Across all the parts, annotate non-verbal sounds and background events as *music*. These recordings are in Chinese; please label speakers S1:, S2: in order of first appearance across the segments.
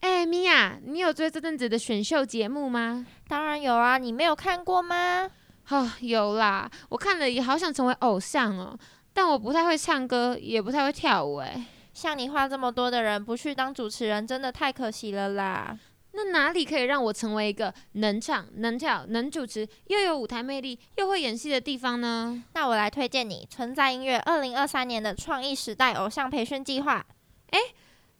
S1: 哎，米娅，你有追这阵子的选秀节目吗？
S2: 当然有啊，你没有看过吗？
S1: 哦，有啦，我看了也好想成为偶像哦，但我不太会唱歌，也不太会跳舞，哎，
S2: 像你话这么多的人，不去当主持人，真的太可惜了啦。
S1: 那哪里可以让我成为一个能唱、能跳、能主持，又有舞台魅力，又会演戏的地方呢？
S2: 那我来推荐你《存在音乐》二零二三年的创意时代偶像培训计划。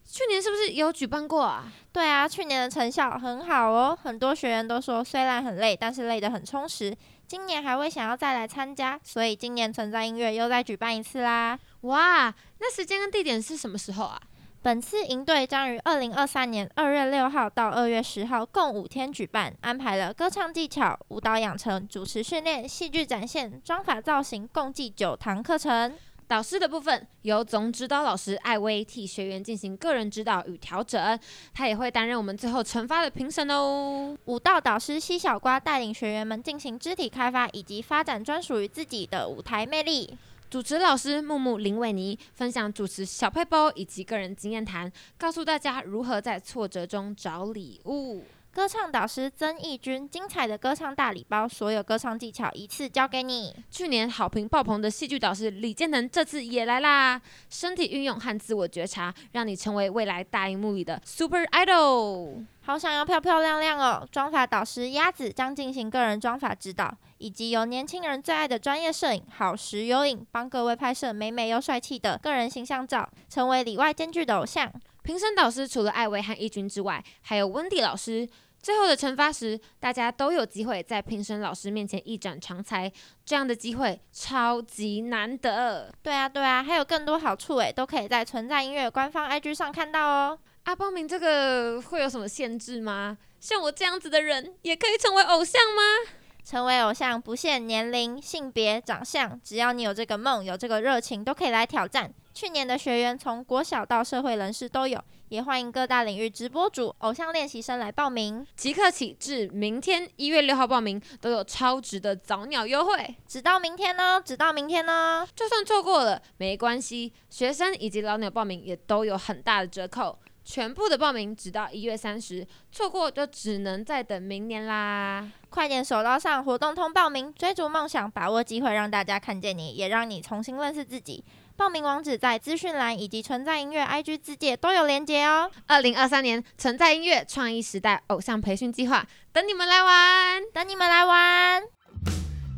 S1: 去年是不是有举办过啊？
S2: 对啊，去年的成效很好哦，很多学员都说虽然很累，但是累得很充实。今年还会想要再来参加，所以今年存在音乐又再举办一次啦。
S1: 哇，那时间跟地点是什么时候啊？
S2: 本次营队将于二零二三年二月六号到二月十号共五天举办，安排了歌唱技巧、舞蹈养成、主持训练、戏剧展现、妆发造型，共计九堂课程。
S1: 导师的部分由总指导老师艾薇替学员进行个人指导与调整，他也会担任我们最后惩罚的评审哦。
S2: 舞蹈导师西小瓜带领学员们进行肢体开发以及发展专属于自己的舞台魅力。
S1: 主持老师木木林伟妮分享主持小配包以及个人经验谈，告诉大家如何在挫折中找礼物。
S2: 歌唱导师曾义军精彩的歌唱大礼包，所有歌唱技巧一次教给你。
S1: 去年好评爆棚的戏剧导师李建能这次也来啦！身体运用和自我觉察，让你成为未来大荧幕里的 Super Idol。
S2: 好想要漂漂亮亮哦！妆发导师鸭子将进行个人妆发指导，以及由年轻人最爱的专业摄影好时有影帮各位拍摄美美又帅气的个人形象照，成为里外兼具的偶像。
S1: 评审导师除了艾薇和义军之外，还有温迪老师。最后的惩罚时，大家都有机会在评审老师面前一展长才，这样的机会超级难得。
S2: 对啊，对啊，还有更多好处诶，都可以在存在音乐官方 IG 上看到哦。
S1: 啊，报名这个会有什么限制吗？像我这样子的人也可以成为偶像吗？
S2: 成为偶像不限年龄、性别、长相，只要你有这个梦、有这个热情，都可以来挑战。去年的学员从国小到社会人士都有，也欢迎各大领域直播主、偶像练习生来报名，
S1: 即刻起至明天一月六号报名都有超值的早鸟优惠，
S2: 直到明天哦，直到明天哦。
S1: 就算错过了没关系，学生以及老鸟报名也都有很大的折扣。全部的报名直到一月三十，错过就只能再等明年啦。
S2: 快点手刀上活动通报名，追逐梦想，把握机会，让大家看见你，也让你重新认识自己。报名网址在资讯栏以及存在音乐 IG 字界都有连结哦，
S1: 二零二三年存在音乐创意时代偶像培训计划，等你们来玩。
S2: 等你们来玩。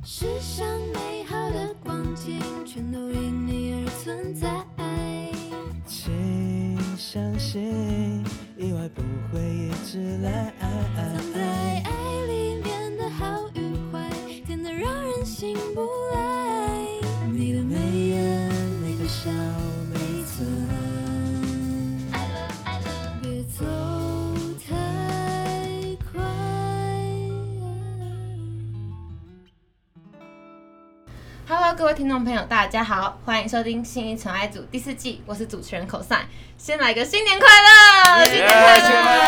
S3: 世上美好的光景，全都因你而存在。
S4: 请相信，意外不会一直来。
S3: 藏在爱里面的好与坏，甜得让人醒不来。你的眉眼，每个小每寸。别走太快。
S5: Hello，各位听众朋友，大家好，欢迎收听《新一纯爱组》第四季，我是主持人口赛。先来个新年快乐，新年快乐
S6: 新年快乐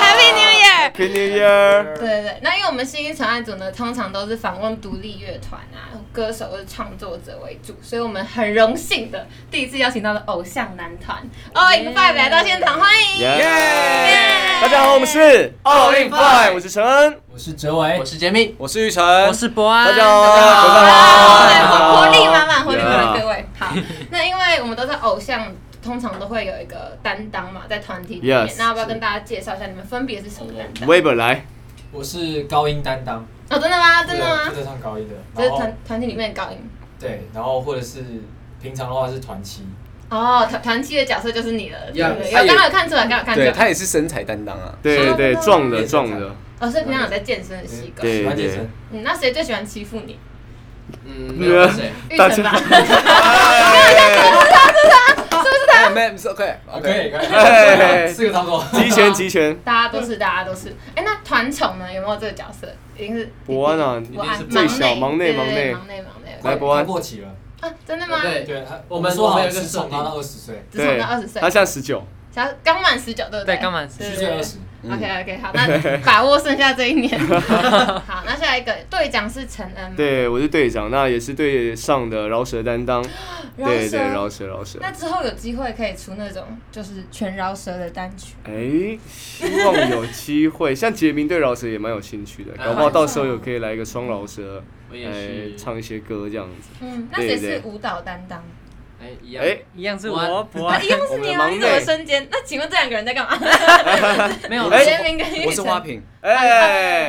S5: ，Happy New Year！
S6: Happy New Year！
S5: 对对对，那因为我们新一纯爱组呢，通常都是访问独立乐团啊、歌手或者创作者为主，所以我们很荣幸的第一次邀请到了偶像男团哦 All in Five 来到现场，欢迎。
S6: 耶！大家好，我们是 All in Five，我是陈恩，
S7: 我是哲伟，我是杰明，
S6: 我是玉成，
S7: 我是博安，
S6: 大家好，大
S5: 哇
S6: 家好，
S5: 活力满满，活力满
S6: Yeah
S5: 满，各位好。那因为我们都是偶像，通常都会有一个担当嘛，在团体里面。
S6: Yes
S5: 那要不要跟大家介绍一下你们分别是什么担当？
S6: w e b e r 来，
S7: 我是高音担当，
S5: 哦，真的吗？真的
S7: 对
S5: 吗
S7: 就？在唱高音的，
S5: 就是
S7: 然后
S5: 团团体里面的高音。
S7: 对，然后或者是平常的话是团期，
S5: 哦，团团期的角色就是你了，对
S7: Yeah，
S5: 不对？
S7: 他
S5: 有
S7: 也
S5: 刚好看出来，刚好看出
S8: 对他
S5: 来。
S8: 也是身材担当啊，
S6: 对对，壮的壮
S7: 嗯也是
S6: 的，
S5: 哦，所以平常有在健身的习惯。
S6: 对
S7: 喜欢健身，
S5: 嗯，那谁最喜欢欺负你？
S8: 嗯，
S6: 没有谁 *laughs*
S5: 玉成吧。 *laughs*
S8: 哎没是 OK
S7: 可以
S8: OK，
S7: 可
S6: 哎
S7: 以，四个差不多，
S6: 集权集
S7: *laughs*
S6: 权，
S5: 大家都是，大家都是。哎，那团宠呢？有没有这个角色？一定是
S6: 伯安啊，
S5: 我安
S6: 最小
S5: 忙
S6: 忙内
S5: 忙
S6: 忙内
S5: 忙内忙内。
S6: 来伯
S7: 他
S6: 安，
S7: 过期了，
S5: 啊，真的吗？
S9: 对
S7: 对，他
S9: 我们
S7: 们说好
S9: 我们有一个
S7: 是
S9: 设
S7: 从
S9: 定
S7: 他到二十岁，
S5: 只从
S6: 对
S5: 到二十岁
S6: 他现在十九，
S5: 小刚满十九，对不对？
S9: 对刚满
S5: 对对
S7: 虚岁
S5: 对
S7: 二十，
S5: OK OK，好，那把握剩下这一年。好，那下一个队长是陈
S7: 嗯
S5: 恩嘛？
S6: 对，我是队长，那也是队上的饶舌担当。
S5: 饶
S6: 对对，
S5: 舌
S6: 饶舌饶舌。
S5: 那之后有机会可以出那种就是全饶舌的单曲，
S6: 哎，希望有机会。像杰明对饶舌也蛮有兴趣的，搞不好到时候有可以来一个双饶舌，
S9: 我也
S6: 哎，
S9: 是，
S6: 唱一些歌这样子。
S5: 嗯，那谁
S6: 对
S5: 是
S6: 对
S5: 舞蹈担当？
S9: 哎一样，
S6: 哎，
S9: 一样是
S7: 我
S9: 不
S5: 啊，一样是你
S6: 我
S5: 吗？
S6: 们的忙内
S5: 你怎么身兼？那请问这两个人在干嘛？
S9: 没有，
S6: 哎
S5: 杰明跟玉
S8: 我是
S5: 成
S8: 花瓶，
S6: *laughs* 哎，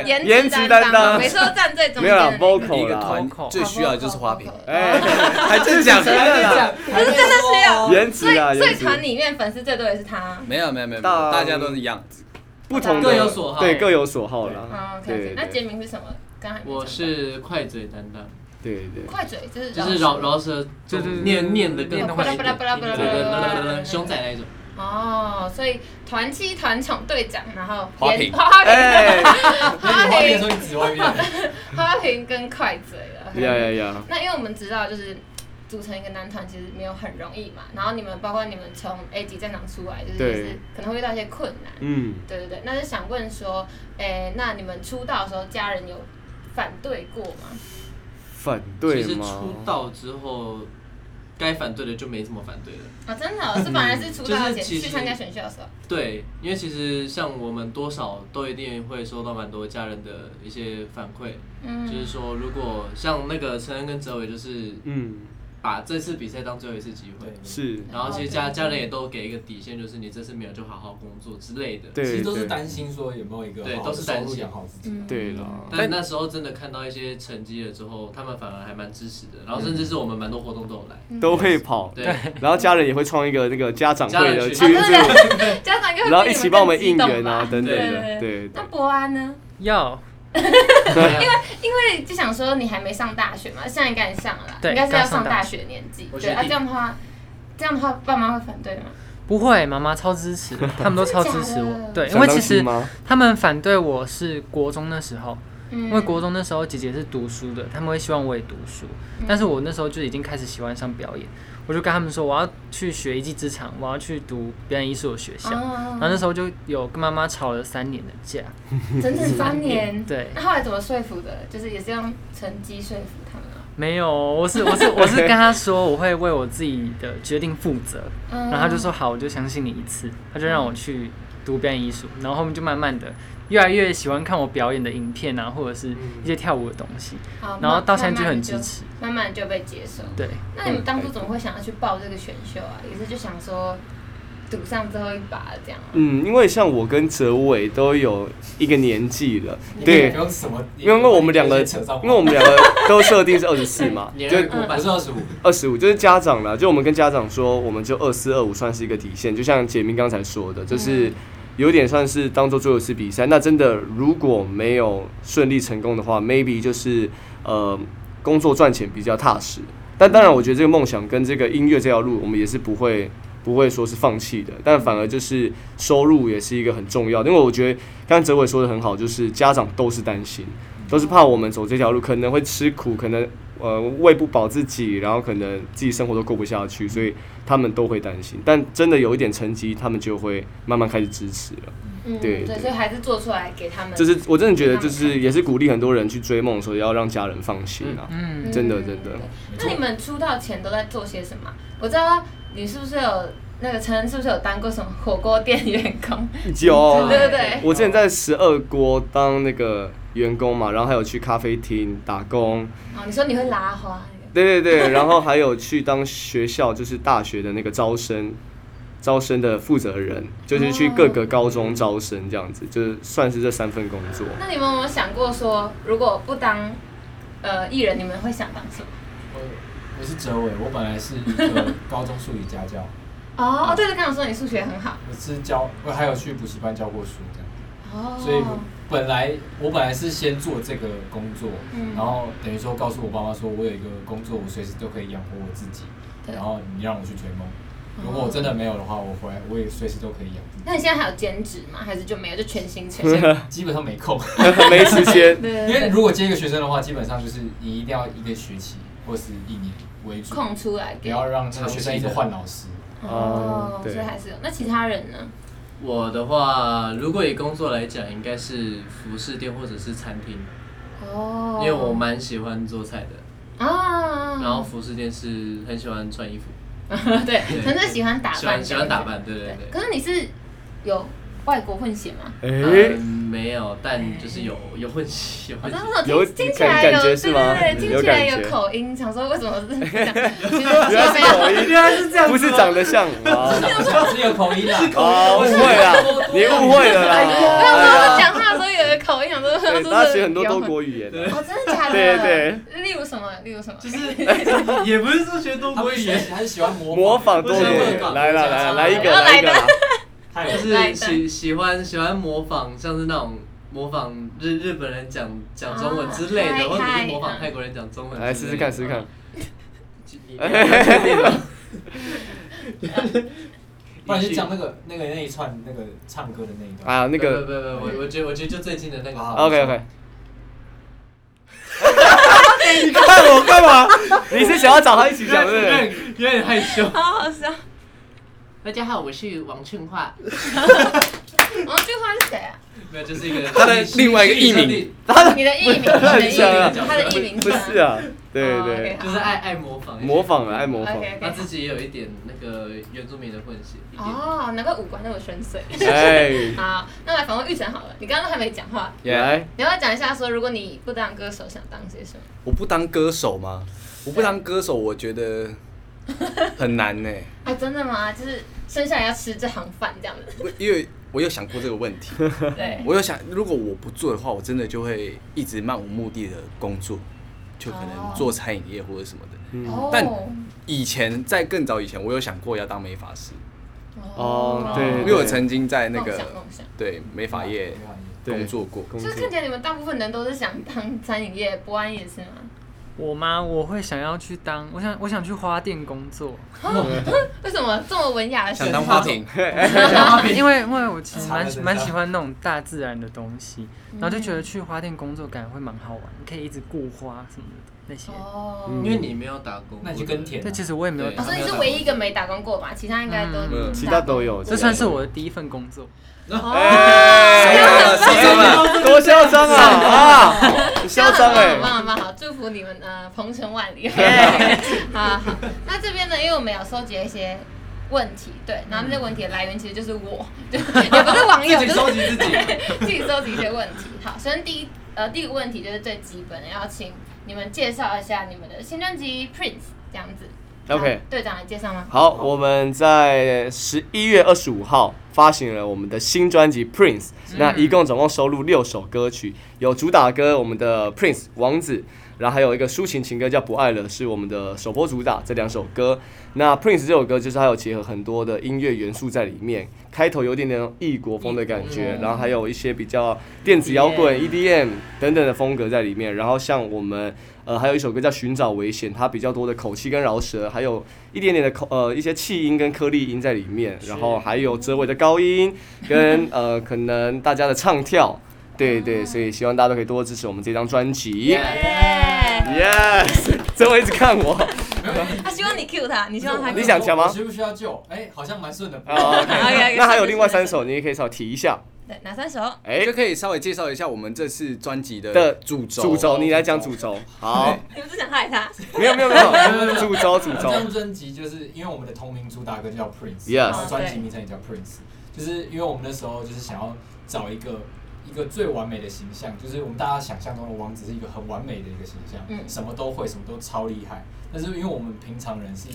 S5: *laughs* 颜值
S6: 担
S5: 当，
S6: 当
S5: 每，次都站最中
S6: 没
S5: 间
S6: 有
S5: 的
S6: 啦
S5: 那个。
S6: ，vocal
S8: 一个
S6: 啦，
S8: 团最需要的就是花瓶，
S6: 哎，还真
S8: 讲
S6: 真的啦，
S5: *laughs* 不是真的需要。
S6: 颜值
S5: 所以
S6: 啊，
S5: 所以
S6: 颜值，
S5: 团里面粉丝最多也是他。
S8: 没有没有没有，没
S6: 大
S8: 有大家都是一样子。
S6: 不同的
S7: 各有所好
S6: 对，各有所好啦，
S5: 嗯，OK
S6: 对
S5: OK。
S6: 对
S5: 那杰明是什么？刚才没讲到
S9: 我是快嘴担当，
S6: 对对。
S5: 快嘴，就是
S9: 就是饶饶舌，就是念念的更快一点，对对对，凶仔那一种。
S5: 哦，所以团七、团宠队长，然后
S8: 花
S5: 颜 *laughs*
S8: 瓶
S5: 花瓶、
S6: 哎，
S5: 花
S7: 花
S5: 瓶、
S7: 边说你指外面，
S5: 花瓶跟快嘴了。
S6: *laughs* 呀呀呀，
S5: 那因为我们知道，就是组成一个男团其实没有很容易嘛。然后你们包括你们从 A 级战场出来，就是
S6: 对
S5: 也是可能会遇到一些困难。
S6: 嗯。
S5: 对对对，那就想问说，诶，那你们出道的时候，家人有反对过吗？
S6: 反
S9: 其
S6: 对
S9: 实
S6: 吗？
S9: 出道之后，该反对的就没怎么反对了。
S5: 啊，真的哦、
S6: 嗯
S5: 是反而是出道前
S9: 就是其实
S5: 去参加选秀的时候，
S9: 对，因为其实像我们多少都一定会收到蛮多家人的一些反馈，
S5: 嗯，
S9: 就是说如果像那个陈恩跟哲伟，就是
S6: 嗯，
S9: 把这次比赛当最后一次机会，
S6: 是，
S9: 然后其实家家人也都给一个底线，就是你这次没有就好好工作之类的。
S6: 对，
S7: 其实都是
S6: 对
S7: 担心说有没有一个
S9: 对
S7: 好的
S9: 都是
S7: 收入
S9: 担心嗯
S7: 养好自己。
S6: 对啦，
S9: 但那时候真的看到一些成绩了之后，他们反而还蛮支持的，然后甚至是我们蛮多活动都有来。
S6: 都会跑，
S9: 对，
S6: 然后家人也会创一个那个家长会的
S9: 家
S6: 群
S9: 人
S5: 群啊
S6: 组，
S5: *laughs* 家长应该会
S6: 然后
S5: 比
S6: 一
S5: 你
S6: 起帮我
S5: 更
S6: 们
S5: 激
S6: 应
S5: 动
S6: 援啊
S5: 吧
S6: 等等的，
S5: 对
S6: 对对
S5: 那博安呢？
S10: 要啊
S5: 因为就想说你还没上大学嘛，现在应该也上了啦，
S10: 对
S5: 应该是要
S10: 刚上
S5: 上大
S10: 大
S5: 学年纪。
S9: 我
S5: 对
S9: 学
S5: 啊，
S9: 弟
S5: 这样的话，这样的话爸妈会反
S6: *laughs*
S5: 对吗？
S10: 不会，妈妈超支持的，他们都超支持
S5: 真的假
S10: 我
S5: 的。
S10: 对，因
S6: 想
S10: 为
S6: 当
S10: 其
S6: 心
S10: 实
S6: 吗？
S10: 他们反对我是国中那时候，
S5: 嗯，
S10: 因为国中那时候姐姐是读书的，他们会希望我也读书，
S5: 嗯
S10: 但是我那时候就已经开始喜欢上表演，我就跟他们说我要去学一技之长，我要去读表演艺术的学校。
S5: 哦
S10: 然后那时候就有跟妈妈吵了三年的架，
S5: 整整三年，
S10: 对，
S5: 那后来怎么说服的？就是也是用成绩说服他们啊。
S10: 没有，我是我是我是跟他说我会为我自己的决定负责，
S5: 嗯
S10: 然后他就说好，我就相信你一次，他就让我去读表演艺术，然后后面就慢慢的越来越喜欢看我表演的影片啊，或者是一些跳舞的东西，
S5: 好，
S10: 然后到现在
S5: 慢慢
S10: 就很
S5: 地
S10: 支持，
S5: 慢慢地就被接受。
S10: 对，
S5: 那你们当初怎么会想要去报这个选秀啊？也是就想说赌上最后一把这样吗。
S6: 嗯，因为像我跟哲伟都有一个年纪了，
S7: 你也
S6: 对
S7: 不，用什么，
S6: 因为我们两个，
S7: 你也不用先扯上话
S6: 因为我们两个都设定是二十四
S7: *laughs*
S6: 嘛，
S9: 年
S6: 就
S9: 二过半，
S7: 不是二十五，
S6: 二十五，就是家长啦，就我们跟家长说，我们就二四二五算是一个底线，就像杰明刚才说的，
S7: 嗯
S6: 就是有点算是当做最后一次比赛。那真的如果没有顺利成功的话，maybe 就是呃工作赚钱比较踏实。但当
S7: 嗯
S6: 然，我觉得这个梦想跟这个音乐这条路，我们也是不会不会说是放弃的，但反而就是收入也是一个很重要的，因为我觉得刚刚哲伟说的很好，就是家长都是担心，都是怕我们走这条路可能会吃苦，可能呃喂不饱自己，然后可能自己生活都过不下去，所以他们都会担心。但真的有一点成绩，他们就会慢慢开始支持了。
S5: 嗯，
S6: 对
S5: 对，
S6: 对
S5: 所以还是做出来给他们。
S6: 就是我真的觉得，就是也是鼓励很多人去追梦的时候，要让家人放心啊。
S10: 嗯，
S6: 真的
S5: 嗯
S6: 真的
S5: 那你们出道前都在做些什么啊？我知道你是不是有那个陈恩是不是有当过什么火锅店员工？
S6: 有，
S5: 对对对，
S6: 哦我之前在十二锅当那个员工嘛，然后还有去咖啡厅打工，
S5: 哦，你说你会拉花那个，
S6: 对对对，然后还有去当学校就是大学的那个招生。招生的负责人就是去各个高中招生，这样子就是算是这三份工作。
S5: 那你们有没有想过说，如果不当呃艺人，你们会想当什么？
S7: 我我是哲伟，我本来是一个高中数理家教，
S5: 哦，哦对对，刚刚说你数学很好，
S7: 我是教，我还有去补习班教过书这样。
S5: 哦，
S7: 所以我本来我本来是先做这个工作，
S5: 嗯
S7: 然后等于说告诉我爸妈说，我有一个工作，我随时都可以养活我自己，
S5: 对哦
S7: 然后你让我去追梦。如果我真的没有的话，我回来我也随时都可以养
S5: *laughs*
S7: 自
S5: 那你现在还有兼职吗？还是就没有，就全心
S7: *laughs*
S5: 全意？
S7: 己，基本上没
S5: *laughs*
S7: 空。
S6: 没时间，
S7: *laughs*
S5: 对对
S7: 因为
S5: 对，
S7: 如果接一个学生的话，基本上就是你一定要一个学期或是一
S6: *laughs*
S7: 年为主，
S5: 空出来
S7: 不
S5: 给
S7: 要让那个学生一直换老师。
S5: 哦，
S6: 嗯
S5: 所以
S6: 对
S5: 还是有。那其他人呢？
S9: 我的话，如果以工作来讲，应该是服饰店或者是餐厅，
S5: 哦
S9: 因为我蛮喜欢做菜的。
S5: 啊，
S9: 然后服饰店是很喜欢穿衣服，
S5: *laughs* 对，很是喜欢打扮，
S9: 喜欢喜欢打。扮，对对对。
S5: 可是你是有外国混血吗？
S6: 哎
S9: 嗯，没有，但就是有有混血，有
S5: 我
S9: 混血
S5: 当。时有
S6: 有
S5: 听听起
S6: 感
S5: 来有，
S6: 感觉
S5: 对
S6: 是吗嗯
S5: 对对，听
S6: 有
S5: 起来
S6: 感
S5: 有
S6: 觉
S5: 口音，想说为什么是
S6: *laughs*
S5: 这样？
S6: 原来是口音，原来是这样，不是长得像啊。
S7: 是有口
S9: 啊
S7: 音啦，
S6: 哦，误会
S5: *laughs*
S6: 了，你误会了啦。
S5: 他
S6: 哎呀
S5: 讲话的时候有个口音，想说他 *laughs*
S6: 对，
S5: 说
S6: 大家
S5: 是
S6: 学很多
S5: 有
S6: 多国语言的。
S5: 哦，真的假的？
S6: 对对。
S5: 例如什么？例如什么？就是
S9: 哎也不是说学多
S7: 他
S9: 国
S7: 会
S9: 语
S7: 学
S9: 言，
S7: 习，他是喜欢模
S6: 模仿多
S9: 多
S6: 国
S9: 国
S6: 语
S9: 语
S6: 言
S9: 言，
S6: 来了来了，来一个
S5: 我要
S6: 来一个
S5: 哦来
S6: 啦。
S9: *laughs*
S7: 他
S9: 就
S7: 有
S9: 是喜喜欢喜欢模仿，像是那种模仿日日本人讲讲中文之类的，
S5: 啊
S9: 或者
S5: 嗨
S9: 是模
S5: 嗨
S9: 仿泰国人讲中文之类的。
S6: 来试试看，试试看。
S9: *laughs* 你。你要确定吗
S7: *laughs* 不然就讲那个那个那一串那个唱歌的那一段。
S6: 啊，那
S9: 不
S6: 个
S9: 不不，我我觉得我觉得就最近的那个
S7: 好
S6: ，OK OK。你看我干嘛？你是想要找他一起讲对不
S9: 有
S6: 对？
S9: 点有点害羞。
S5: 好好笑。
S9: 大家好，我是王春华，
S5: 王俊欢是谁啊？
S9: 没有，就是一个
S6: 他的另外一个艺名，他的
S5: 你的艺
S6: *laughs*
S5: 名，你
S6: 他
S5: 的
S6: 很
S5: 艺
S6: 像啊
S5: 名，他的艺名
S6: 不是啊， *laughs* 对
S5: 哦
S6: 对，
S9: 就是爱爱模仿，
S6: 模。仿了，爱模仿。
S5: OK
S9: 他
S5: OK。
S9: 自己也有一点那个原住民的混血，一点点。
S5: 哦，难怪五官那么深邃。
S6: 哎，
S5: *laughs* 好，那来访问玉成好了，你刚刚都还没讲话，
S6: 来，
S5: 你要不要讲一下说，如果你不当歌手，想当些什么？
S8: 我不当歌手吗？我不当歌手，我觉得很难
S6: *laughs*
S8: 呢、
S5: 啊，真的吗？就是生下来要吃这行饭这样子。
S8: 我因为我有想过这个问
S6: *laughs*
S8: 题，
S5: 对，
S8: 我有想，如果我不做的话，我真的就会一直漫无目的的工作，就可能做餐饮业或者什么的。
S6: 嗯，
S8: 但
S5: 哦，
S8: 以前在更早以前，我有想过要当美发师，
S6: 哦，对，
S8: 因为我曾经在那
S5: 梦想
S8: 个
S5: 梦想。
S8: 对美发业
S6: 对
S8: 工作过。
S6: 工
S5: 就
S6: 作
S5: 是看起来你们大部分人都是想当餐饮业，博安也是吗？ *laughs*
S10: 我吗？我会想要去当，我想我想去花店工
S5: *laughs*
S10: 作，
S5: 为什么这么文雅的
S8: 想
S5: 选
S8: 当
S5: 择？*laughs*
S8: 花
S10: *laughs*
S8: 瓶，
S5: 哦
S10: 因为因为我其实
S7: 藏在身
S10: 蛮
S7: 上
S10: 蛮喜欢那种大自然的东西，然后就觉得去花店工作感觉会蛮好玩，可以一直顾花什么的那些。
S5: 哦，
S6: 嗯
S9: 因为你没有打工，
S7: 那你去耕田啊
S10: 但其实我也没有
S9: 对
S10: 打
S5: 哦，所以你是唯一一个没打工过吧？其他应该都打
S6: 嗯其他都有
S10: 这算是我的第一份工作。
S5: 啊
S7: 哦
S10: 啊
S6: 哎，嚣张了，多嚣张啊啊，嚣张
S5: 很棒
S6: 哎，
S5: 很棒，好，祝福你们呃鹏程万里。好好，那这边呢，因为我们有收集了一些问题，对，然后这些问题的来源其实就是我，就也不是网友，
S7: 自己
S5: 就
S7: 收
S5: 是
S7: 集自己。
S5: 自己收集一些问题。好，首先第一呃第一个问题就是最基本的，要请你们介绍一下你们的新专辑《Prince》这样子。
S6: OK
S5: 那队长来介绍吗？
S6: 好，我们在十一月二十五号发行了我们的新专辑《Prince》，那一共总共收录六首歌曲，有主打歌我们的《Prince》王子，然后还有一个抒情情歌叫《不爱了》，是我们的首播主打这两首歌。那《Prince》这首歌就是它有结合很多的音乐元素在里面，开头有点点异国风的感觉，然后还有一些比较电子摇滚、EDM 等等的风格在里面。然后像我们呃还有一首歌叫《寻找危险》，它比较多的口气跟饶舌，还有一点点的口呃一些气音跟颗粒音在里面，然后还有折尾的高音跟呃可能大家的唱跳。对
S8: 啊
S6: 对，所以希望大家都可以多多支持我们这张专辑。Yes，怎么一直看
S8: *laughs*
S6: 我？
S5: 他希望你 cue 他，你希望他 cue
S6: 你想调吗
S7: 我需不需要救？哎，好像蛮顺的。
S6: 哦
S8: *laughs*
S6: ，OK
S8: 啊
S5: ，OK，OK，
S6: 那还有另外三首，你也可以稍微提一下。
S5: 对哪三首？
S6: 哎
S8: 就，可以稍微介绍一下我们这次专辑
S6: 的
S8: 的主轴。
S6: 主轴，你来讲主轴。好，
S5: *laughs* 你们是想害他？
S6: 没有没有没
S7: *laughs*
S6: 有，主轴主
S7: 这
S6: 轴。
S7: 张专辑就是因为我们的同名主打歌叫 Prince，
S6: Yes
S7: 然后专辑名称也叫 Prince，就是因为我们那时候就是想要找一个一个最完美的形象，就是我们大家想象中的王子是一个很完美的一个形象，
S5: 嗯
S7: 什么都会，什么都超厉害。但是因为我们平常人是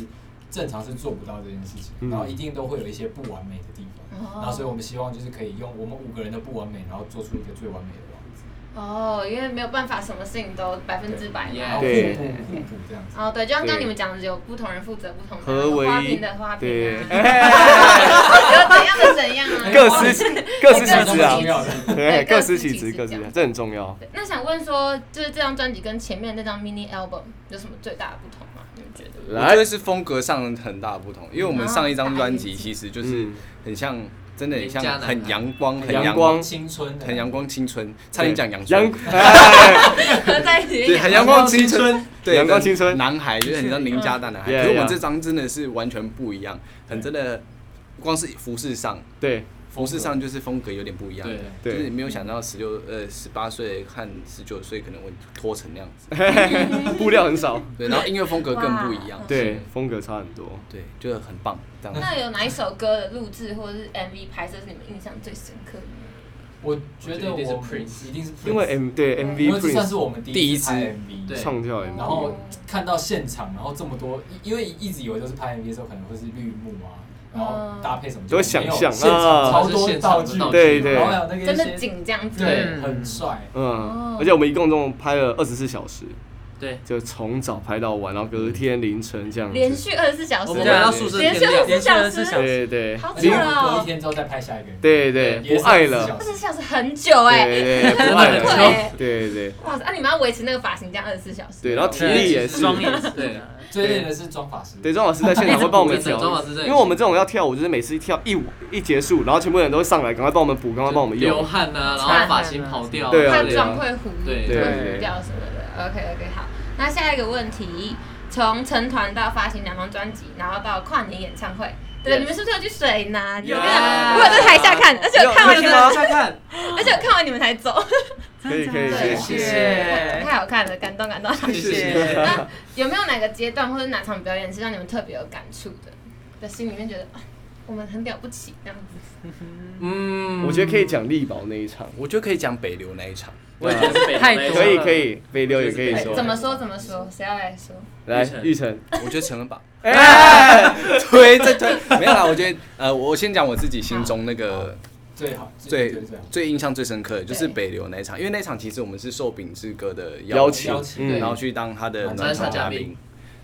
S7: 正常是做不到这件事情，
S6: 嗯哦
S7: 然后一定都会有一些不完美的地方，然后所以我们希望就是可以用我们五个人的不完美，然后做出一个最完美的王子，
S5: 哦，因为没有办法，什么事情都百分之百
S7: 然
S5: 嘛。
S7: 后
S6: 对
S7: 互补互补这样子。
S5: 哦，对，就像刚刚
S6: 对
S5: 你们讲的，有不同人负责不同的，
S6: 合为
S5: 花瓶的花瓶
S6: 对
S5: 啊，， *laughs*
S6: 哎
S5: 有怎样的怎样啊。
S6: 各司各司
S5: 哎
S6: 其职啊
S7: 重，要的。
S6: 对，
S5: 对
S6: 各
S5: 各
S6: 司
S5: 司
S6: 其
S5: 其
S6: 职，
S5: 职
S6: 各司
S5: 这
S6: 其职，
S5: 样
S6: 这很重要。
S5: 对那想问说，就是这张专辑跟前面那张 mini album 有什么最大的不同吗？你们觉得？
S8: 我觉得是风格上很大的不同，因为我们上一
S5: 嗯
S8: 张专辑其实就是
S6: 嗯
S8: 很像，真的很像
S9: 邻家男孩
S8: 很阳光，很
S6: 阳
S8: 阳
S6: 光
S8: 光，
S7: 青春的
S8: 很阳光青春，差点讲阳
S6: 阳
S8: 春，
S6: *laughs* 哎
S5: 合在一起
S8: 对，很阳光青春，对，
S6: 阳光青春
S8: 男孩就是很像邻家大男孩。
S6: Yeah，
S8: 可是我们
S6: yeah
S8: 这张真的是完全不一样，很真的，光是服饰上，
S6: 对，
S8: 服饰上就是风格有点不一样，
S6: 对
S8: 就是你没有想到十六呃十八岁和十九岁可能会脱成那样子，
S6: 布料很少，
S8: 对，然后音乐风格更不一样，
S6: 对，风格差很多。
S8: 对，就是很棒这样子。
S5: 那有哪一首歌的录制或者是 MV 拍摄是你们印象最深刻的？
S7: 我觉得
S9: 我觉得一定是
S7: 我
S9: Prince
S7: 一定是 Prince，
S6: 因为 M 对 MV
S7: 因为这算是
S6: Prince
S7: 我们
S8: 第
S7: 第
S8: 一
S7: 一次拍
S8: 支
S7: MV，
S9: 对
S6: 唱跳 MV，
S7: 然后看到现场，然后这么多，因因为一直以为都是拍 MV 的时候可能会是绿幕啊，然
S5: 嗯
S7: 后搭配什么，
S6: 都会想象
S7: 没有现
S6: 啊
S7: 场超多道具，
S6: 对对
S7: 然后还有那个一些
S5: 真的景这样子，
S7: 对，
S10: 嗯
S7: 很帅，
S6: 嗯，而且我们一共共拍了二十四小时，
S9: 对，
S6: 就从早拍到晚，然后隔天凌晨这样子。
S5: 连续二十四小时
S9: 我，们回到宿舍
S5: 连
S9: 天
S5: 续二
S9: 亮，
S5: 十四小
S10: 连续24
S5: 时，
S10: 小
S6: 对对
S5: 好
S7: 而且
S5: 久
S7: 我们
S5: 了
S7: 隔
S5: 哦
S7: 一，天之后再拍下一个 MV，
S6: 对对，
S7: 也是
S6: 不爱
S7: 24小
S6: 了，
S5: 二
S7: 时
S5: 十四小时很久
S6: 对
S5: 哎，
S6: 对，不爱
S5: 很
S9: 对
S6: 了，
S5: 对，
S6: 对对
S5: 哇塞！啊，你们要维持那个发型这样二十四小时，哦
S6: 对，然后体力也是。
S10: 妆也是
S9: 对
S7: 最累的是妆发师，
S6: 对，庄老师在
S9: *laughs*
S6: 现场会帮我们调
S9: 庄老师，在
S6: 因为我们这种要跳舞，就是每次一跳一一结束，然后全部人都会上来，赶快帮我们补，赶快帮我们
S9: 流
S6: 用。
S9: 汗啊，然后发型跑掉啊之
S6: 对
S9: 类
S6: 啊
S9: 的，
S5: 怕妆会糊，
S9: 对
S6: 对
S5: 糊掉什么的。OK OK，好。那下一个问题，从成团到发行两张专辑，然后到跨年演唱会，对，
S9: Yes
S5: 你们是不是有去水南？
S9: 有
S5: 我跟你讲我有在台下看，而且我看完
S6: 有
S5: 你
S6: 去
S5: 们，
S6: 吗
S9: 再看，
S5: *laughs* 而且我看完你们才走，
S6: 可以可以可
S5: 对，
S6: 以，
S9: 谢谢
S5: *laughs* 太好看了，感动感动。
S9: 谢谢。
S5: *laughs* 那有没有哪个阶段或者哪场表演是让你们特别有感触的？在心里面觉得啊我们很了不起这样子。
S9: 嗯，
S6: 我觉得可以讲力宝那一场，
S8: 我就可以讲北流那一场，
S9: 我也觉得是北
S10: 太
S9: 流
S10: 多
S6: 可
S10: 了
S6: 以可以，北流也可以
S5: 哎
S6: 说
S5: 怎。么说怎么说？谁要来说？
S6: 来
S9: 玉，成
S6: 玉成，
S8: 我觉得成人吧， *laughs*
S6: 哎，
S8: 推这推没有啦，我觉得呃，我先讲我自己心中那个
S7: 最好
S8: 最
S7: 最最好
S8: 最印象最深刻的就是
S5: 对
S8: 北流那一场，因为那一场其实我们是受秉志哥的
S6: 邀
S8: 请，
S6: 请
S7: 邀，请
S6: 嗯，
S8: 然后去当他的暖场嘉宾，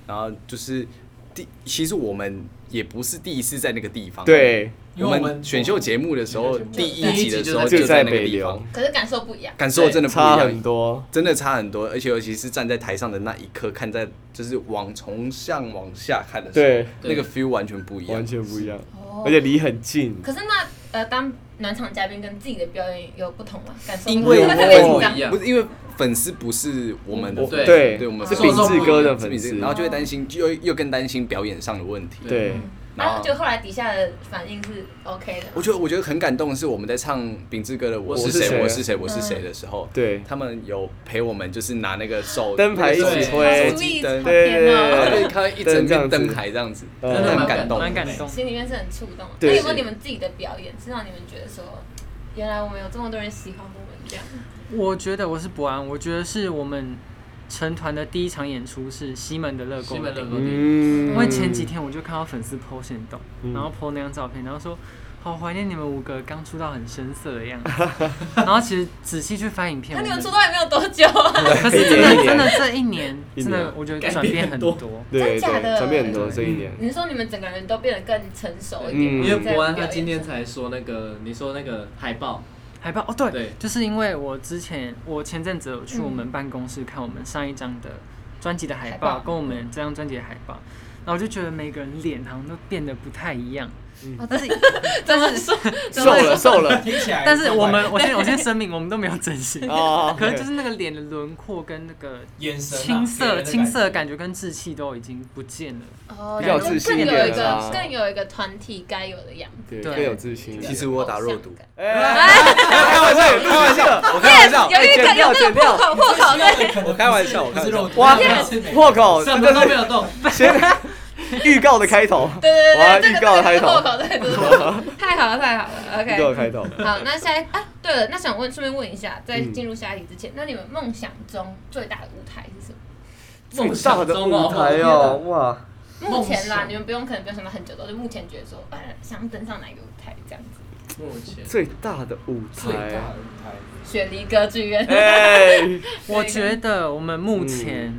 S8: 然后就是第其实我们也不是第一次在那个地方，，
S6: 对，
S7: 因
S8: 我
S7: 为我
S8: 们
S7: 们
S8: 选秀节目的时候
S7: 选秀节
S8: 第
S7: 目
S8: 一集的时候
S6: 就
S8: 在
S6: 在
S8: 那个
S6: 北
S8: 地方
S6: 流，，
S5: 可是感受不一样。
S8: 感受真的不一
S6: 差很
S8: 样。
S6: 多，
S8: 真的差很多，而且尤其是站在台上的那一刻，看在就是往从上往下看的时候，
S6: 对
S8: 那个 feel 完全不一样，
S6: 完全不一样，
S5: 哦
S6: 而且离很近。
S5: 可是那呃，当暖场嘉宾跟自己的表演有不同吗？感受不
S8: 因
S5: 同
S8: 为
S5: 会不会 *laughs* 特别紧
S9: 不
S5: 张
S9: 一？样
S8: 不是因为粉丝不是我们的
S6: 我
S8: 粉丝，
S6: 对
S8: 对，我们
S6: 是
S8: 粉
S6: 秉
S8: 丝
S9: 受众
S6: 志
S9: 不一
S6: 哥的
S9: 样
S8: 是
S6: 粉
S8: 秉持
S6: 丝，
S8: 然后就会担心，又又更担心表演上的问题。
S6: 对，
S8: 然
S5: 然
S8: 后
S5: 后啊就后来底下的反应是 OK 的吗。
S8: 我觉得我觉得很感动的是，我们在唱秉志哥的《我
S6: 我
S8: 是
S6: 是谁
S8: 谁，
S6: 啊
S8: 我是谁，我是谁》的时候，
S6: 对
S8: 他们有陪我们，就是拿那个手
S6: 灯牌一
S8: 那个
S6: 起
S8: 手
S6: 挥
S8: 手机
S5: 对
S8: 灯，
S5: 对
S8: 然后
S6: 对
S8: 就看到一整
S6: 灯这样
S8: 面
S6: 子
S8: 灯牌这样子，
S6: 嗯
S8: 真的哦很感动，
S10: 蛮感动。
S5: 心里面是很触动的。
S6: 对
S5: 那有没有
S6: 是
S5: 你们自己的表演是让你们觉得说，原来我们有这么多人喜欢我们这样？
S10: 我觉得我是不安，我觉得是我们成团的第一场演出是西门的乐
S9: 西
S10: 宫
S9: 门乐
S10: 顶。
S9: 宫顶，
S6: 嗯，
S10: 因为前几天我就看到粉丝 PO 线动，
S6: 嗯
S10: 然后 PO 那张照片，然后说好怀念你们五个刚出道很生涩的样子。 *laughs* 然后其实仔细去翻影片，
S5: 那
S10: 我
S5: 你
S10: 们
S5: 们出道也没有多久啊，
S10: 可是真
S6: 一年
S10: 的真的这一年
S6: 一
S10: 真
S6: 年
S10: 的我觉得转变很多。嗯
S6: 对对，
S5: 真假的
S6: 转变很多这一年，
S5: 你是说你们整个人都变得更成熟一点吗？
S6: 嗯
S9: 因为
S5: 在
S9: 博安
S5: 表演
S9: 他今天
S5: 上
S9: 才说那个，你说那个海报，
S10: 海报哦，对，
S9: 对
S10: 就是因为我之前我前阵子有去我们办公室看我们上一张的专辑的海
S5: 嗯海
S10: 报，
S5: 报
S10: 跟我们这张专辑的海报，然后我就觉得每个人脸好像都变得不太一样。
S9: 嗯
S5: 哦自己怎么说？
S6: 瘦了瘦了
S7: 听起来，
S10: 但是我们我先我
S7: *laughs*
S10: 先声明，我们都没有整形，
S6: 哦，
S10: 可能就是那个脸的轮廓跟那个
S7: 眼神啊
S10: 青
S7: 别
S10: 涩
S7: 人的
S10: 青涩的感觉跟稚气都已经不见了。
S5: *laughs*
S10: 啊
S5: 哦，
S6: 比较
S5: 就是
S6: 自信一
S5: 更有一
S6: 点啊
S5: 个 *laughs*
S6: 啦
S5: 更有一个团体该有的样子。
S6: 对，
S10: 对
S6: 更有自信一点。
S8: 其实我有打肉毒，
S6: 哎，开玩
S5: *laughs*
S6: 笑，开玩笑，哎
S8: 我开玩笑，
S5: 有一个
S6: 剪掉
S5: 有那个
S6: 剪掉
S5: 破口破口对。
S8: 我开玩笑，我
S7: 不
S8: 开玩
S7: 是肉
S8: 笑，
S7: 体，
S6: 哇
S7: 是美
S6: 破口，
S9: 什
S6: 这
S9: 么都没
S6: 个
S9: 有动，
S6: 是 *laughs* 先预告的开头，
S5: 对对
S6: 哇
S5: 对，这个
S6: 预告
S5: 这个
S6: 开
S5: 是
S6: 头
S5: 破口对对
S6: *laughs*
S5: 对，太好了太好了
S6: 预告的
S5: ，OK。
S6: 开头。嗯
S5: 好，那下一啊，对了，那想问，顺便问一下，在进入下一题之前，那你们梦想中最大的舞台是什么？
S6: 最
S9: 啊
S6: 大的舞台哦，哇，
S5: 目前啦，
S7: 梦想
S5: 你们不用可能不用想到很久，都是目前觉得说，哎，想登上哪一个舞台这样子。
S9: 目前
S6: 最大的舞
S7: 最
S10: 哎
S7: 大
S6: 台
S7: 的，舞台，
S5: 雪梨歌剧院， *laughs*
S6: 哎，嗯
S10: 我觉得我们目前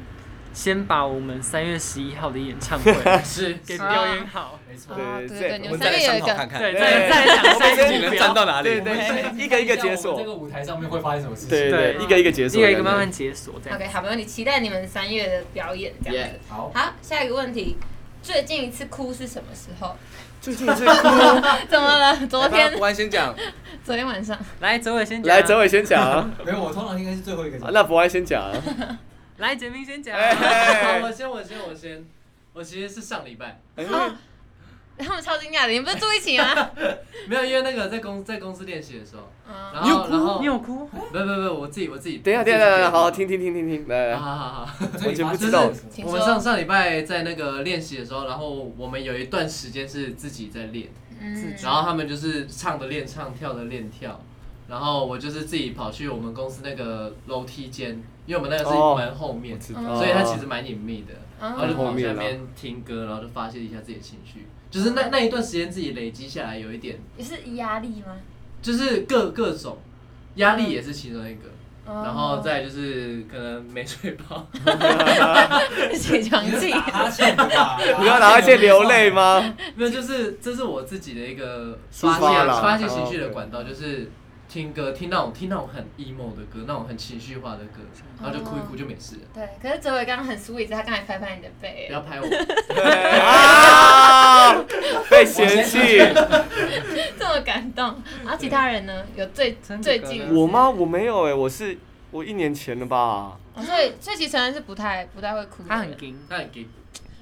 S10: 先把我们三月十一号的演
S6: *laughs*
S10: 唱会
S9: 是
S10: 给表演好，
S7: 没错。
S5: 啊
S6: 对
S5: 对
S6: 这
S5: 对，你
S8: 我
S5: 们
S8: 们
S5: 三
S8: 再来
S5: 个有
S8: 商
S5: 一
S8: 讨看
S5: 个，
S8: 看，
S10: 对，
S6: 对
S10: 再再想下
S8: 自己
S10: 一个
S8: 能
S10: 目
S8: 站
S10: 标。
S8: 到哪里？
S6: 对对，一个一个解锁
S7: 这，个舞台上面会发生什么事情？
S6: 对对，一个一个解锁，
S10: 一个一个慢慢解锁，这样
S5: OK，好，没问题，期待你们三月的表演这样子。
S7: 好，
S5: 好，下一个问题，最近一次哭是什么时候？
S6: 最近最酷，
S5: *laughs* 怎么了？昨天
S8: 我先讲，
S5: *laughs* 昨天晚上，
S10: 来，泽伟先讲，
S6: 来，哲伟先讲啊，
S7: 没有，我通常应该是最后一个讲。
S6: 那博安先讲啊，
S10: 来，杰明先讲。
S6: 哎嗯
S9: 好我先我先我先，我其实是上礼拜，
S6: 哎
S5: 他们超惊讶的，你们不是住一起
S10: *laughs*
S5: 吗？
S9: 没有，因为那个在公在公司练习的时候，
S5: 嗯
S9: 然后然后
S10: 你有哭？
S9: 没有没有没有，我自己我自己
S6: 等一下，
S9: 我自
S6: 等一
S9: 己
S6: 下，等一
S9: 练
S6: 下，
S9: 习
S6: 好，听听听听听，来来
S9: 好
S6: 来，
S9: 好好
S6: *laughs*
S9: 好。
S6: 完全不知道
S5: 请
S9: 我
S5: 说
S9: 们上上礼拜在那个练习的时候，然后我们有一段时间是自己在练，
S5: 嗯
S9: 然后他们就是唱的练唱，跳的练跳，然后我就是自己跑去我们公司那个楼梯间，因为我们那个是
S6: 哦
S9: 蛮后面
S6: 我，知
S5: 嗯哦
S6: 道，
S9: 所以它其实蛮隐秘的，然后就
S6: 后
S9: 跑去
S6: 面
S9: 那
S6: 啊
S9: 边听歌，然后就发泄一下自己的情绪，就是那那一段时间自己累积下来有一点，
S5: 你是压力吗？
S9: 就是各各种压力也是其中一个，
S5: 然
S9: 然后再就是可能没睡饱。
S5: *laughs* 起床
S7: 你是
S5: 气，
S7: 打哈欠的吧？
S6: 你要拿去流泪吗？
S9: 没有，就是这是我自己的一个
S6: 抒
S9: 发
S6: 发
S9: 泄
S6: 啦
S9: 发泄情绪的
S6: 哦
S9: 管道，就是听歌，听那种听那种很 emo 的歌，那种很情绪化的歌，
S5: 哦
S9: 然后就哭一哭就没事了。
S5: 嗯对，可是哲伟刚刚很 sweet，他刚才拍拍你的背
S9: 不，要拍我， *laughs*
S6: 啊，被嫌弃，
S5: *laughs* 这么感动。然后其他人呢？有最
S10: 真的
S5: 最
S10: 感
S5: 近
S10: 动
S6: 我吗？我没有哎，我是我一年前了吧，
S5: 哦所以所以其实人是不太不太会哭的人。
S10: 他很硬，
S9: 那你给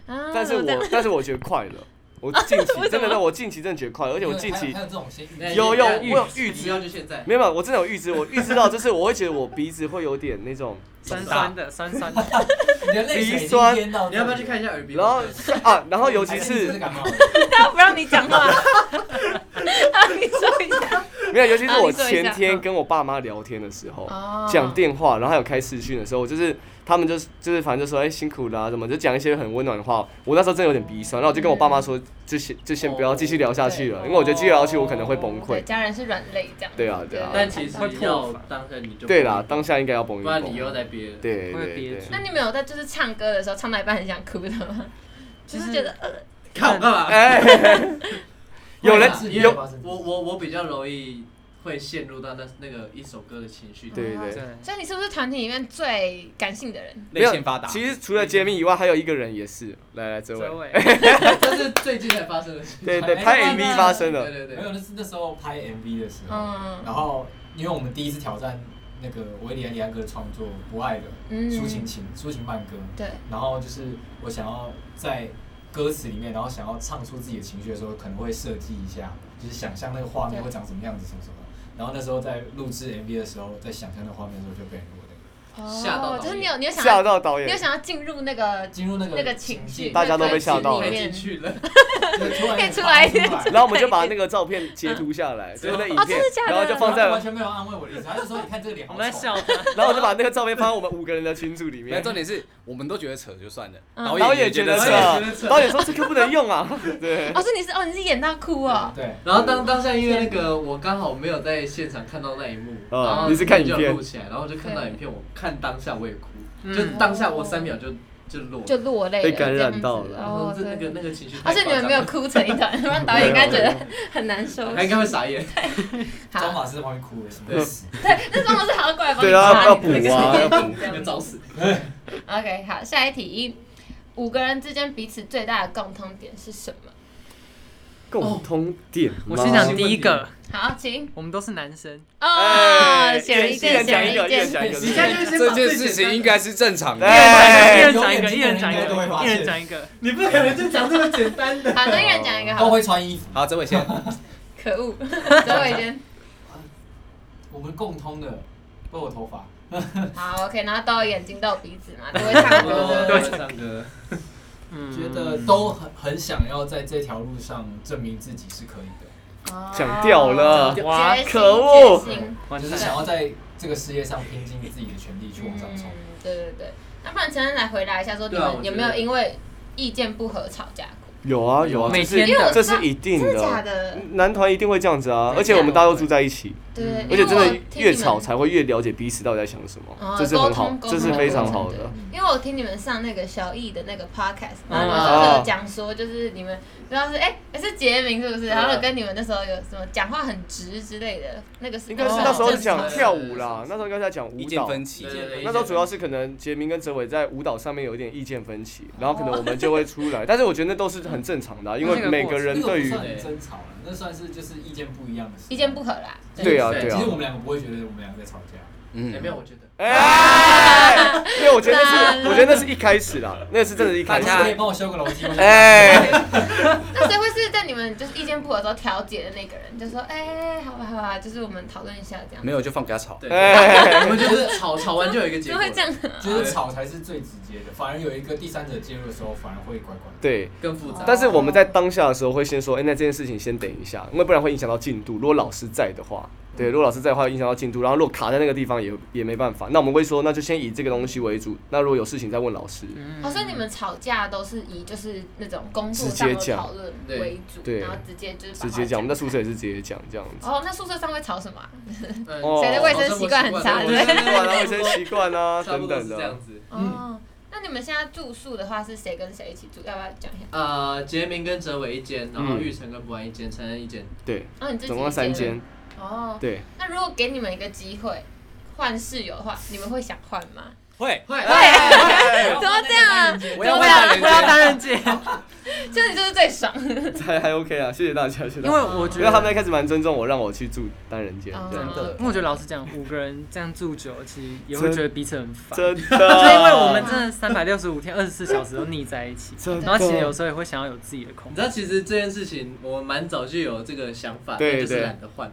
S5: 啊，
S6: 但是我但是我觉得快乐，我近期真的让我近期真的觉得快乐，而且我近
S7: 还有
S6: 期
S7: 还有这种先预
S9: 那
S7: 知
S9: 你
S6: 有有
S9: 那你
S6: 我有预知
S9: 你要就现在，
S6: 没有，没有我真的有预知，我预知到就是我会觉得我鼻子会有点那种，
S10: 酸酸的，酸酸的。
S7: *laughs* 你的泪水已
S6: 鼻
S7: 经
S6: 酸
S7: 淹到这里了，
S9: 你要不要去看一下耳鼻喉
S6: 然后
S9: 科？
S6: 啊，然后尤其
S7: 还你真
S6: 是
S7: 的感冒了？
S5: 他不让你讲话，让你说一下。
S6: 没有，尤其是
S5: 啊
S6: 我
S5: 你说一
S6: 前
S5: 下
S6: 天
S5: 嗯
S6: 跟我爸妈聊天的时候，
S5: 哦
S6: 讲电话，然后还有开视讯的时候，我就是他们就是就是反正就说哎、辛苦啦、什么，就讲一些很温暖的话。我那时候真的有点鼻酸，然后我就跟我爸妈说，就先就先不要继续聊下去了，因为我觉得继续聊下去我可能会崩
S5: 对，
S6: 溃。
S5: 家人是软肋这样。
S6: 对啊对啊
S9: 但其实
S10: 会破
S9: 要
S10: 防
S9: 当下你就
S6: 对啦，当下应该要崩一
S9: 不然
S6: 崩
S9: 你。又在憋了。
S6: 对对
S10: 会憋
S6: 对
S10: 住
S5: 那你们有在就是唱歌的时候唱到一半很想哭的吗？ *laughs* 就
S10: 就是是
S5: 觉得呃
S9: 看我干嘛？
S6: 哎、 *laughs* 有人
S7: 是
S6: 有
S7: 发生
S9: 我我我比较容易会陷入到那那个一首歌的情绪。
S6: 对对对，
S10: 对，
S5: 所以你是不是团体里面最感性的人？
S6: 没有
S8: 发
S6: 其实除了杰米以外，还有一个人也是，来来这
S10: 周
S6: 位，
S10: 伟，
S9: 这是最近才发生的事情。
S6: 对对，
S7: 哎
S6: 拍 MV 发生
S9: 对
S6: 了，
S9: 对对
S7: 没。有，那是那时候拍 MV 的时候，
S5: 嗯
S7: 然后因为我们第一次挑战那个维里安·里安格的创作《不爱的
S5: 嗯
S7: 抒情情抒情慢歌》，
S5: 对，
S7: 然后就是我想要在歌词里面，然后想要唱出自己的情绪的时候，可能会设计一下，就是想象那个画面
S5: 对
S7: 会长什么样子，什么什么。然后那时候在录制 MV 的时候，在想象那个画面的时候就被人落泪，
S9: 吓到
S5: 哦就是你有你有想
S6: 吓
S5: 要
S6: 到导
S5: 你有
S6: 演，
S5: 想要进入那个
S7: 进入那个
S5: 那个情绪，
S7: 境
S6: 大家都被吓到了
S5: 那
S9: 太
S5: 个情境里面 *laughs*
S9: 进去了，
S7: 就是突然
S5: 可以
S7: 间
S5: 出来一哦
S7: 出
S5: 点
S7: 来，
S6: 然后我们就把那个照片截图下来，就是那影片，然后就放在
S7: 完全没有安慰我的
S5: *laughs*
S7: 意思，他就说你看这个脸
S10: 我
S7: 好
S10: 们在
S7: 丑。啊
S10: 笑他。
S6: 然后我就把那个照片放在我们五个人的群组里
S8: 没有
S6: 面。
S8: 重点是我们都觉得扯就算了，
S5: 嗯
S8: 导
S6: 导
S8: 演也
S6: 演觉
S8: 觉
S6: 得啊
S8: 得
S9: 扯
S8: 扯，
S6: 扯，
S9: *laughs*
S6: 导演说这个不能用啊。对，
S5: 哦，是你是哦，你是演到哭哦，
S7: 对，
S9: 然后当当下因为那个我刚好没有在现场看到那一幕，
S6: 嗯
S9: 然后
S6: 你是看影片
S9: 就有录起来，然后就看到影片，我看当下我也哭，就当下我三秒就就落，
S5: 就落泪了，
S6: 被感染到了
S5: 这样子
S9: 然后
S5: 哦，
S9: 这那个
S5: 对。
S9: 那个情绪太
S5: 而
S9: 夸
S5: 且
S9: 张
S5: 你
S9: 了，
S5: 们没有哭成一团，不然导演应该觉得很难受。
S9: 他应该会傻眼，
S7: 张
S5: 好，
S7: 法师在旁边哭了，什么
S5: 嗯
S7: 意思？
S5: 那张老师好过来帮你
S6: 对啊
S5: *laughs* 擦
S6: 要
S5: 你的那
S6: 补
S5: 个
S6: 啊要补
S5: 这样
S9: 要
S5: 子
S9: 找死。
S5: OK，好，下一题，五个人之间彼此最大的共通点是什么？
S6: 共通点吗，
S10: 我先讲第一个，
S5: 好，请
S10: 我们都是男生，
S5: 哦，
S6: 哎
S5: 显而易
S6: 一
S5: 见，
S6: 人
S5: 显
S6: 讲
S5: 而
S6: 一个，
S5: 易
S6: 一人
S5: 见。
S6: 讲一个。
S7: 你现在
S9: 就是
S8: 这件事情应该是正常的。
S10: 一
S6: 哎
S10: 人讲一个，一人讲一
S7: 有眼睛的人应该都会
S10: 个，
S7: 发
S10: 一
S7: 现
S10: 人讲一个。
S9: 你不可能就讲这么简单的。
S5: 好，那一人讲一个好
S7: 都
S5: 了。
S7: 会穿衣服。
S8: 好，这位先，
S5: 可恶， *laughs* 周伟先。
S7: 我们共通的都有头发，
S5: *laughs* 好，OK，然后都有眼睛，都有鼻子嘛，都会
S7: *laughs*
S5: 唱歌的。
S9: 对，唱歌，
S10: 嗯，
S7: 觉得都很很想要在这条路上证明自己是可以的，
S6: 讲掉了
S5: 哦
S10: 哇
S5: 决心
S6: 可恶
S5: 决心
S10: 完
S7: 就
S10: 蛋
S7: 是想要在这个事业上拼尽自己的全力去往上
S5: 嗯
S7: 冲。，
S5: 对对对。那不然陈恩来回答一下，说你
S9: 对啊我
S5: 们
S9: 觉
S5: 有
S9: 得
S5: 没有因为意见不合吵架过？
S6: *laughs* 有啊有啊，
S10: 每
S6: 这是
S10: 天的
S6: 这是一定
S5: 真的假
S6: 的。
S5: 的？
S6: 男团一定会这样子啊，而且我们大家都住在一起，
S5: 对对，
S6: 而
S5: 对因为
S6: 且
S5: 我
S6: 真的
S5: 听你
S6: 越
S5: 们
S6: 吵才会越了解彼此到底在想什
S5: 哦
S6: 么，这是很
S5: 沟
S6: 好
S5: 通，沟
S6: 这
S5: 通
S6: 是非常
S5: 的
S6: 好
S5: 过程
S6: 的。
S5: 因为我听你们上那个小易的那个 podcast，
S10: 嗯
S5: 然后你们那时候有讲说，就是你们不知道是哎、是杰明是
S6: 嗯
S5: 不是？然后有跟你们那时候有什么讲话很直之类的，那个是
S6: 应该是那时候
S7: 哦
S6: 讲跳舞啦，那时候应该在讲舞
S8: 意见
S6: 蹈。
S8: 分歧，
S9: 对对对，
S6: 那时候主要是可能杰明跟哲伟在舞蹈上面有一点意见分歧，然后可能我们就会
S5: *laughs*
S6: 出来，但是我觉得那都是很正常的
S5: 哦
S6: 啊、因为每个人
S7: 那个
S6: 对
S7: 不
S6: 于
S7: 算争吵了，那算是就是意见不一样的事。
S5: 意见不合啦。
S6: 对啊
S9: 对
S6: 对
S7: 其
S6: 啊
S7: 实，我们两个不会觉得我们两个在吵架，
S8: 嗯
S9: 也没有，我觉得。
S6: 哎，因为我觉得那是，我觉得那
S5: *laughs*
S6: 是一开始啦，那是真的是一
S7: 大
S6: 开始。
S7: 家可以帮我修个楼梯吗？
S6: 哎，
S5: 那谁会是在你们就是意见不合的时候调解的那个人？就说，哎、好吧，好吧，就是我们讨论一下这样。
S8: 没有就放给他吵。
S9: 对，
S6: 哎
S9: 我们就是吵吵完就有一个结
S5: 就
S9: 果
S5: 会，这样，
S7: 就是吵才是最直接的，反而有一个第三者介入的时候，反而会乖乖。
S6: 对。
S9: 更复杂。
S6: 但是我们在当下的时候会先说，哎、那这件事情先等一下，因为不然会影响到进度。如果老师在的话，对，如果老师在的话会影响到进度，然后如果卡在那个地方也也没办法。那我们会说，那就先以这个东西为主。那如果有事情再问老师。
S5: 好、哦所以你们吵架都是以就是那种工作上
S6: 直
S5: 的
S6: 接讲
S5: 讨论为主，
S6: 对
S5: 然后直接就是把话
S6: 直接讲，我们在宿舍也是直接讲这样子。
S5: 哦，那宿舍上会吵什么啊、
S9: 嗯
S6: 哦谁的卫
S5: 生习惯很差
S9: 哦
S5: 对
S6: *laughs*
S9: 生
S6: 习惯啊，卫生习惯啊，
S9: 差不
S6: 等
S9: 多
S6: 等
S9: 是这
S6: 的
S9: 样。子。
S5: 哦，那你们现在住宿的话是谁跟谁一起住？要不要讲一下？
S9: 呃，杰明跟哲伟一间，然后
S6: 嗯
S9: 玉成跟博安一间，陈恩一间。
S6: 对，
S5: 哦，你自己
S6: 嗯总共三间。
S5: 哦，
S6: 对，
S5: 那如果给你们一个机会换室友的话，你们会想换吗？哎
S8: 会，
S9: 会，
S5: 怎么这样啊？
S8: 我要
S9: 为了
S10: 我要当人姐，
S5: *laughs* 就是你就是最爽。 *laughs*
S6: 还还 OK 啊，谢谢大家，谢谢大家。
S10: 因为我觉
S6: 因为他们
S10: 得，
S6: 一开始蛮尊重我，让我去住单人间，这样
S5: 哦
S10: 因为我觉得老实讲，五个人这样住久，其实也会觉得彼此很烦。 *laughs*
S6: 真
S10: 就
S6: 的。
S10: 是因为我们真的三百六十五天、二十四小时都腻在一起，
S6: 真的
S10: 然后其实有时候也会想要有自己的空
S9: 你知
S10: 间。
S9: 道，其实这件事情我们蛮早就有这个想法，
S6: 对
S9: 就是
S6: 对
S9: 懒得换。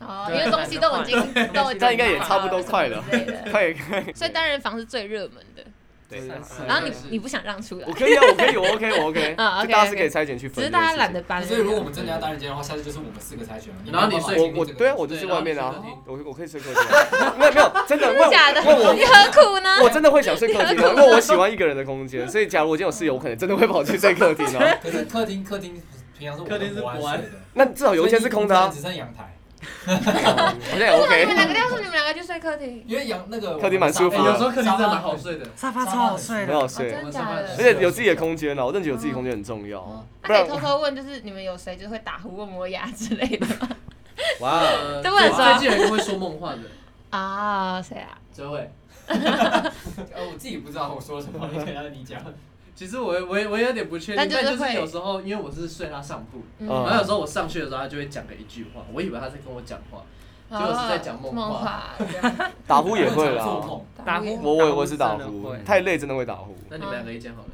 S5: 哦，因
S10: 对
S5: 为东西都已经都已经
S6: 那应该也差不多快了
S5: 之类的
S6: 快快！
S5: 所以单人房是最热门的，
S8: 对，
S6: 嗯
S5: 然后你
S9: 是
S5: 你不想让出来 *laughs*
S6: 我，可以啊，我可以，我 OK，我 OK，
S5: 啊
S6: 就
S5: OK，
S6: 大家是
S5: OK
S6: 可以拆解去分
S5: 只
S6: 这件事情。
S5: 是大家懒得搬而已。
S7: 哦所以如果我们真的要单人间的话，下次就是我们四个才选。
S9: 然后你睡
S6: 我我对啊，我就
S9: 对
S6: 去
S9: 然后
S6: 外面啊
S9: 睡客厅，
S6: 我我可以睡客厅啊，没有没有，真的，我
S5: 假的，
S6: 我
S5: 你何苦呢？
S6: 我真的会想睡客厅啊，因为我喜欢一个人的空间，所以假如我今天有室友，我可能真的会跑去睡客
S9: *laughs*
S6: 厅啊。
S7: *laughs* 可是客厅客厅平常是
S9: 客厅是
S7: 我
S9: 国安
S7: 睡的，
S6: 那至少有一间是空的啊
S7: 只，剩阳台，
S6: 好像也
S5: 你
S6: OK
S5: 们。两个要啊是你们两个去睡客厅，
S7: 因为阳那个
S6: 客厅蛮舒服
S9: 哎
S6: 的
S9: 有时候客厅真的蛮好睡的，
S10: 沙发超好睡
S6: 很
S10: 的，
S6: 好
S5: 哦，
S6: 睡，
S5: 真假
S6: 而
S5: 的？
S6: 且有自己的空间啊，我真的觉得有自己空间很重要
S5: 哦
S6: 啊。
S5: 那可以偷偷问，就是你们有谁就是会打呼、问磨牙之类的吗？
S6: 哇，哦
S5: *laughs*
S9: 呃
S5: 这不能
S9: 我
S5: 说
S9: 最近有一个会说梦话的，
S5: 啊，谁啊？
S9: 哲伟。
S7: *laughs* 呃，我自己不知道我说什么，你可以让你讲。
S9: *laughs* 其实我我我有点不确定，
S5: 但
S9: 但
S5: 就是
S9: 就
S5: 会
S9: 是有时候因为我是睡他上铺，
S6: 嗯
S9: 然后有时候我上去的时候他就会讲了一句话，我以为他在跟我讲话，结果是在讲梦话
S5: 梦话，这样
S6: 打呼也会
S7: 我有
S6: 啦。
S7: 做梦，
S10: 打
S5: 呼
S10: 呼
S5: 也
S6: 我我我是啊打
S10: 真的
S6: 呼
S10: 会，
S6: 太累真的会打呼。
S9: 那你们两个意见好了，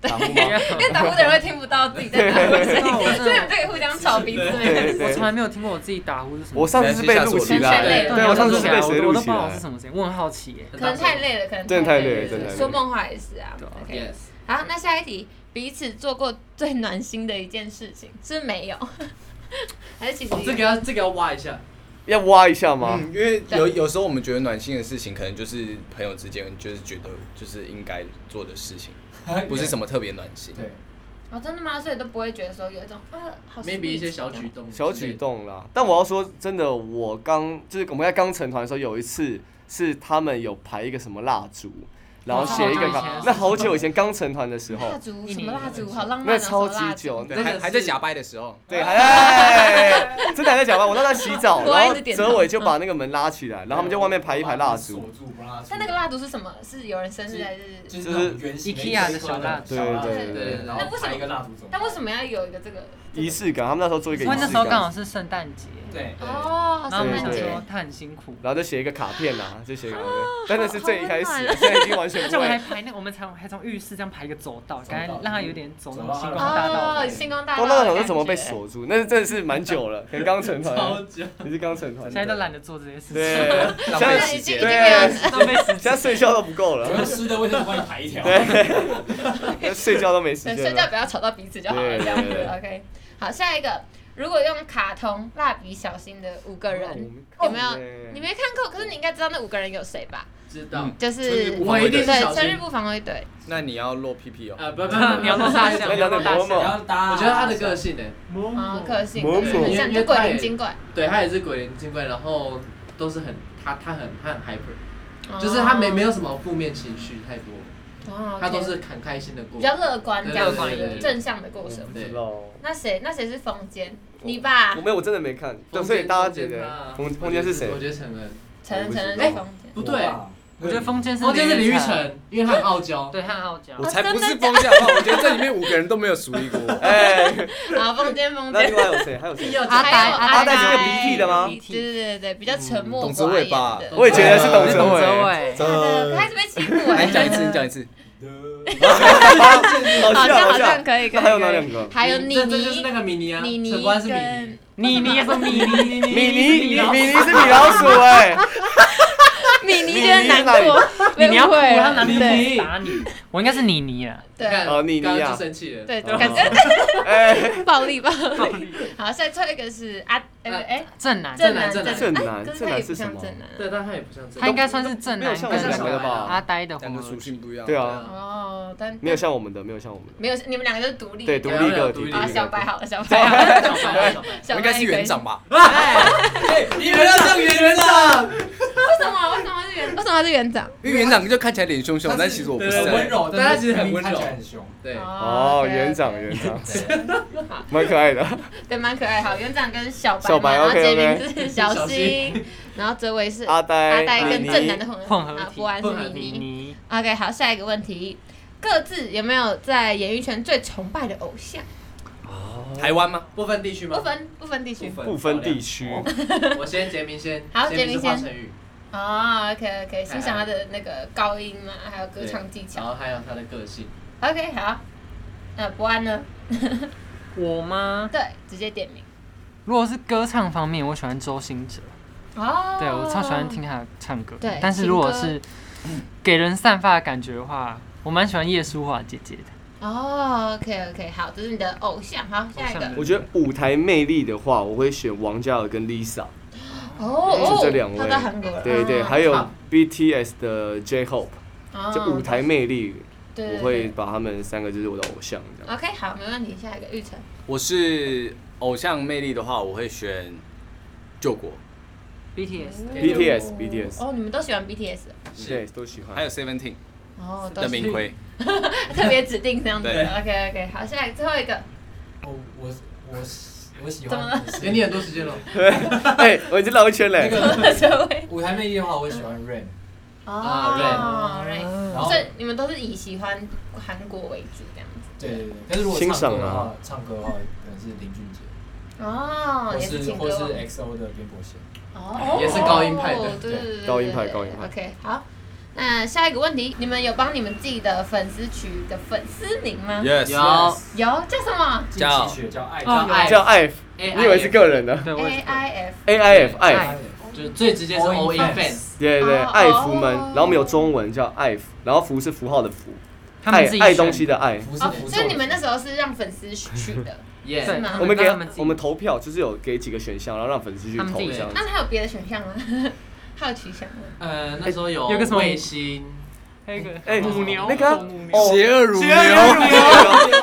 S6: 打呼
S10: 对
S6: 吗？
S10: 啊
S5: *laughs* *laughs* 因为打呼的人会听不到自己在打呼的声音，
S10: 我
S5: 所以你们就可以互相吵彼此。
S6: 对
S10: 我
S6: 对
S10: 从，来没有听过我自己打呼是什么。
S6: 我上次是被录起来，
S5: 对
S6: 对我上次是被谁
S10: 我都我
S6: 录
S10: 都
S6: 起
S10: 不知道我
S6: 来
S10: 是？什么声音，我很好奇耶。
S9: 很
S5: 可能
S9: 大声
S5: 太累了，可能
S6: 真的太累
S5: 了
S6: 了真的太累了
S5: 说梦话也是啊。OK，
S9: ，yes，
S5: 好，那下一题，彼此做过最暖心的一件事情是没有， *laughs* 还是其实
S9: 这个要这个要挖一下，
S6: 要挖一下吗？
S8: 嗯，因为有有时候我们觉得暖心的事情，可能就是朋友之间就是觉得就是应该做的事情，不是什么特别暖心。
S7: 对，
S5: 哦，真的吗？所以都不会觉得说有一种啊，好
S9: maybe 一些
S5: sweet
S9: 小举动，
S6: 小举，动啦。但我要说真的，我刚就是我们在刚成团的时候，有一次是他们有排一个什么蜡烛，然后写一个
S10: 哦好久以
S6: 稿
S10: 前。
S6: 那好久以前刚成团的时候
S10: *laughs*
S5: 蜡，烛什么蜡烛，好浪漫、啊，
S6: 那超级
S5: 什么蜡烛
S6: 久，。
S8: 对，还还在假掰的时候，
S6: 对，哎，真的还在讲吧？我那时候在洗
S10: *laughs*
S6: 澡，
S5: 果然
S6: 然
S5: 一
S6: 后
S5: 直点头
S6: 哲伟就把那个门拉起来，然后他们就外面排一排蜡
S7: 锁
S6: 烛。
S7: 住不让它出
S5: 那那个蜡烛是什么？是有人生日还是？
S7: 就是那种圆形
S10: IKEA 的小蜡
S6: 烛
S7: 对
S6: 对对
S9: 对对
S7: 然后排一个蜡烛走。
S5: 但为什么要有一个这个
S6: 仪？式感，他们那时候做一个
S10: 因
S6: 仪
S10: 为那
S6: 式
S10: 时候刚好
S6: 感，
S10: 是圣诞节，
S7: 对
S5: 这个哦，
S10: 然后我
S5: 圣
S10: 们
S5: 诞
S10: 想
S6: 对
S5: 节
S10: 说。他很辛苦，
S6: 然后就写一个卡片啊，就写一个卡
S10: *laughs*
S6: 片，但那是最一开始，
S5: 啊
S6: 现在已经完全
S10: 而且
S6: 不
S10: 我还
S6: 会。
S10: 排那个，我们才还从浴室这样排一个走道，
S7: 走道
S10: 感觉让他有点走那种星光大道
S5: 哦，
S10: 的感
S5: 星
S10: 觉。
S5: 光大道。
S6: 我那个时候怎么被？锁住？那是真的是蛮久了，可能刚成
S7: *laughs*
S9: 超
S6: 团，
S9: 级
S6: 你是刚成团。
S10: 现在都懒得做这些事情，
S6: 对，
S8: 浪
S6: 现
S8: 费
S6: 在
S8: 时
S5: 已经已
S8: 间
S5: 经。没有
S10: 浪费时间。
S6: 现在睡觉都不够
S7: 我用
S6: 了，
S7: 湿的卫生纸帮你排一条。
S6: 睡觉都没时
S5: 对，
S6: 间
S5: 睡觉
S6: 了。
S5: 不要吵到彼此就好了，
S6: 对
S5: 这样子
S6: 对对。
S5: OK，好，下一个，如果用卡通《蜡笔小新》的五个人，
S6: 哦
S5: 有没有？
S6: 欸
S5: 你没看过，可是你应该知道那五个人有谁吧？
S9: 知道
S8: 嗯，
S5: 就是
S9: 我一定是
S5: 对
S9: 小
S5: 生日
S9: 新，
S5: 部防卫队，
S8: 那你要露屁屁哦。
S9: 呃，不不不，不
S10: 你要弄大象
S6: 那聊点多
S7: 然
S6: 么？
S7: 后大家，
S9: 我觉得他的个性呢，
S5: 啊，个性
S6: 某某
S5: 很像就鬼灵精怪，
S9: 对他也是鬼灵精怪，然后都是很他他很他很 hyper，就是他没没有什么负面情绪太多，
S5: 哦，
S9: 他都是很开心的过
S5: 比。较乐观这样
S9: 乐观一
S5: 子，
S9: 点
S5: 正向的过程。
S9: 嗯
S6: 不知道。
S5: 那谁？那谁是风间？你吧
S6: 我，没有，我真的没看。对，所以大家觉得空空间是谁
S9: 我？觉得陈恩
S5: 承认承认
S6: 哎
S5: 是风间。
S7: 啊
S9: 不对，
S10: 我觉得风间是
S9: 哦，就是李玉
S10: 晨，
S9: 成，因为他很傲娇。
S10: *laughs* 对，他很傲娇
S8: 我。
S5: 啊
S8: 才不是风向炮，我觉得这里面五个人都没有熟一过我。
S6: 哎，
S5: 啊，风间风
S6: 那
S5: 间
S6: 另，外有谁？还有谁？
S9: 有
S5: *laughs* 还有
S10: 呆
S5: 阿
S6: 阿呆是会鼻涕的吗
S5: 对对对对，比较沉默
S6: 嗯
S8: 董子
S5: 寡
S8: 伟
S5: 言
S8: 吧
S5: 的
S6: 我也觉得是董
S8: 是
S6: 哲
S8: 董
S10: 哲
S6: 伟。
S10: 伟，
S5: 呃，开始被欺负
S8: 来
S5: 哎
S8: 你。讲一次，你讲一次。
S5: *laughs*
S6: 好
S5: 好
S6: 笑
S5: 像
S6: 好
S5: 好像
S6: 笑。
S5: 可以可以。
S6: 那还有哪
S5: 可以
S6: 两个
S5: 还有妮
S9: 这这就是那
S5: 妮，
S9: 个米妮啊，
S5: 妮妮
S9: 陈冠是米妮，*laughs*
S10: 米妮是米妮，
S6: 米妮，米
S10: 米
S6: 妮是米老鼠哎，
S5: 米妮
S6: 妮
S5: 觉得难
S6: 哪里
S5: 过，
S10: 你你要哭，
S5: 被误会了
S10: 他拿米
S5: 对
S10: 妮打你，我应该是妮妮啊。
S5: 对
S9: 看
S6: 哦妮妮啊
S9: 刚刚就生气了。
S5: 对，
S6: 哦
S5: 感觉
S6: 哎，
S5: *laughs* 暴力暴力。好，现在最后一个是阿哎哎
S10: 正男，
S5: 正
S9: 正
S5: 男
S9: 男正
S6: 正
S5: 男，
S6: 男
S5: 哎可是
S6: 正
S5: 他
S6: 男
S5: 也
S6: 是
S5: 不
S6: 什
S5: 像
S6: 么
S5: 正男啊。
S9: 对，但他也不像这
S10: 他
S9: 样。
S10: 应该算是正
S6: 没有
S10: 男
S6: 像
S10: 跟
S6: 我们
S10: 小
S6: 两个吧
S10: 阿呆的
S8: 两
S10: 混
S8: 个
S10: 合
S8: 属性不一样。
S6: 对啊，
S5: 哦，但
S6: 没有像我们的，没有像我们的。
S5: 没有，你们两个就是独立。
S6: 对，独立一个，
S9: 独立一个
S5: 啊，
S6: 一
S5: 小
S6: 个。
S5: 白好了，小白好了，*laughs*
S9: 小白小白
S5: 小白
S8: 我应该是
S5: 也可以
S8: 园长吧？
S9: 你们要上园长，
S5: 为什么？为什么是园？为什么是园长？
S8: 因为园长就看起来脸凶凶，但其实我不是
S9: 对
S7: 很温
S8: 啊。
S7: 柔，
S9: 哦但他其实很
S7: 明明
S9: 温
S7: 看起
S9: 柔
S7: 来很凶。
S9: 对，
S6: 哦，
S5: OK，OK
S6: 园长，园长，
S5: 好
S6: *laughs* 蛮可爱的。
S5: 对，蛮可爱。好，园长跟小白嘛，
S6: 小白
S5: 然后杰
S6: OK，OK
S5: 明是小
S9: 小
S5: 新，然后哲伟是
S6: 阿呆，
S5: 阿呆跟
S6: 妮妮
S5: 正男的混
S10: 混合
S5: 啊
S10: 体，
S5: 不安是
S9: 混合
S5: 妮
S10: 妮
S5: 妮。
S10: 妮，
S5: OK，好，下一个问题，各自有没有在演艺圈最崇拜的偶像？
S8: 台湾吗？
S9: 不分地区吗？
S5: 不分不分地区。
S6: 不分地区。
S9: *laughs* 我先杰明先，
S5: 好
S9: 杰
S5: 杰
S9: 明
S5: 明
S9: 是
S5: 先
S9: 华晨宇，
S5: 哦，OK OK，欣赏他的那个高音嘛，还有歌唱技
S9: 然
S5: 巧。
S9: 后还有他的个性，
S5: OK，好。那不安呢？
S10: 我吗？
S5: 对，直接点名。
S10: 如果是歌唱方面，我喜欢周兴哲，
S5: 哦，
S10: 对我超喜欢听他唱歌
S5: 对。
S10: 但是如果是给人散发的感觉的话，我蛮喜欢叶舒华姐姐的。
S5: 哦，OK OK，好，这是你的偶像。好，下一
S10: 偶
S5: 个
S10: 像。
S6: 我觉得舞台魅力的话，我会选王嘉尔跟 Lisa，
S5: 哦，
S6: 就这两位
S5: 他在韩国了。
S6: 对对，
S5: 嗯
S6: 还有
S9: 好
S6: BTS 的 J Hope，
S5: 哦
S6: 就舞台魅力，
S5: 对对
S6: 我会把他们三个就是我的偶像这样。
S5: OK，好，没问题。下一个玉成，
S8: 我是偶像魅力的话，我会选救国，
S10: BTS
S5: 对
S6: BTS BTS，
S5: 哦，你们都喜欢 BTS，
S6: 对，都喜欢。
S8: 还有 Seventeen
S5: 哦，都
S8: 的
S5: 是
S8: 明奎。
S5: *laughs* 特别指定这样子的。
S8: 对
S5: OK OK，好，下一个最后一个，
S7: 哦，我我喜我喜
S5: 怎么了
S7: 欢的
S9: 给你
S7: 是
S9: 很多时
S7: *laughs*
S9: 间了。
S6: *laughs* 哎，我已经绕一圈
S7: 那
S6: 嘞。 *laughs*
S7: 个
S5: 这位
S7: *laughs* 舞台魅力的话，我也喜欢 Rain，啊
S5: 哦
S9: ，Rain
S5: ，Rain，
S7: 然后
S5: 所以你们都是以喜欢韩国为主这样子。
S7: 对对对，但是如果
S6: 欣
S7: 唱
S6: 赏
S7: 歌的
S6: 啊
S7: 话，唱歌的话可能是林俊杰，
S5: 哦，
S7: 或
S5: 也是
S7: 是
S5: 情
S7: 或
S5: 歌王
S7: 是 XO 的边伯贤。
S5: 哦，
S9: 也是高音派的
S5: 哦对对对对，
S6: 高音派高音派
S5: OK，好。那下一个问题，你们有帮你们自己的粉丝取的粉丝名吗？
S8: Yes，
S9: 有
S5: 有叫什么
S7: 金
S8: 叫
S7: 奇雪叫爱
S9: 叫
S5: 哦
S9: 爱
S6: 叫 IF，
S9: A
S6: 你以为是个人的
S10: 对我也
S5: ？A
S10: 是
S5: I F
S6: ？AIF
S7: 爱
S6: IF，
S9: 就是最直接是 All in fans，
S6: 对对，
S5: 哦
S6: 爱福门
S5: 哦，
S6: 然后我们有中文叫爱福，然后福是符号的福，
S10: 他们
S6: 爱
S10: 自己
S6: 爱
S10: 选
S6: 东西的爱。
S7: 福是
S5: 哦，
S7: 福
S5: 所以
S7: 寿
S5: 你们那
S7: 的
S5: 时候是让粉丝取
S6: *laughs*
S5: 的，
S9: 耶
S10: 对，
S5: 吗
S10: 他
S6: 我
S10: 们
S6: 们给
S10: 他们自己
S6: 我们投票，就是有给几个选项，然后让粉丝去
S10: 他们
S6: 投
S10: 自己
S6: 这样
S10: 选
S6: 子
S5: 那还有别的选项吗？ *laughs* 还有取向吗？
S9: 呃，那时候有
S10: 有个什么
S9: 卫星，
S10: 那个
S6: 哎
S10: 母牛
S6: 那个啊
S10: 母牛
S6: 哦
S8: 邪恶乳
S6: 邪恶乳
S8: 牛。
S6: 牛，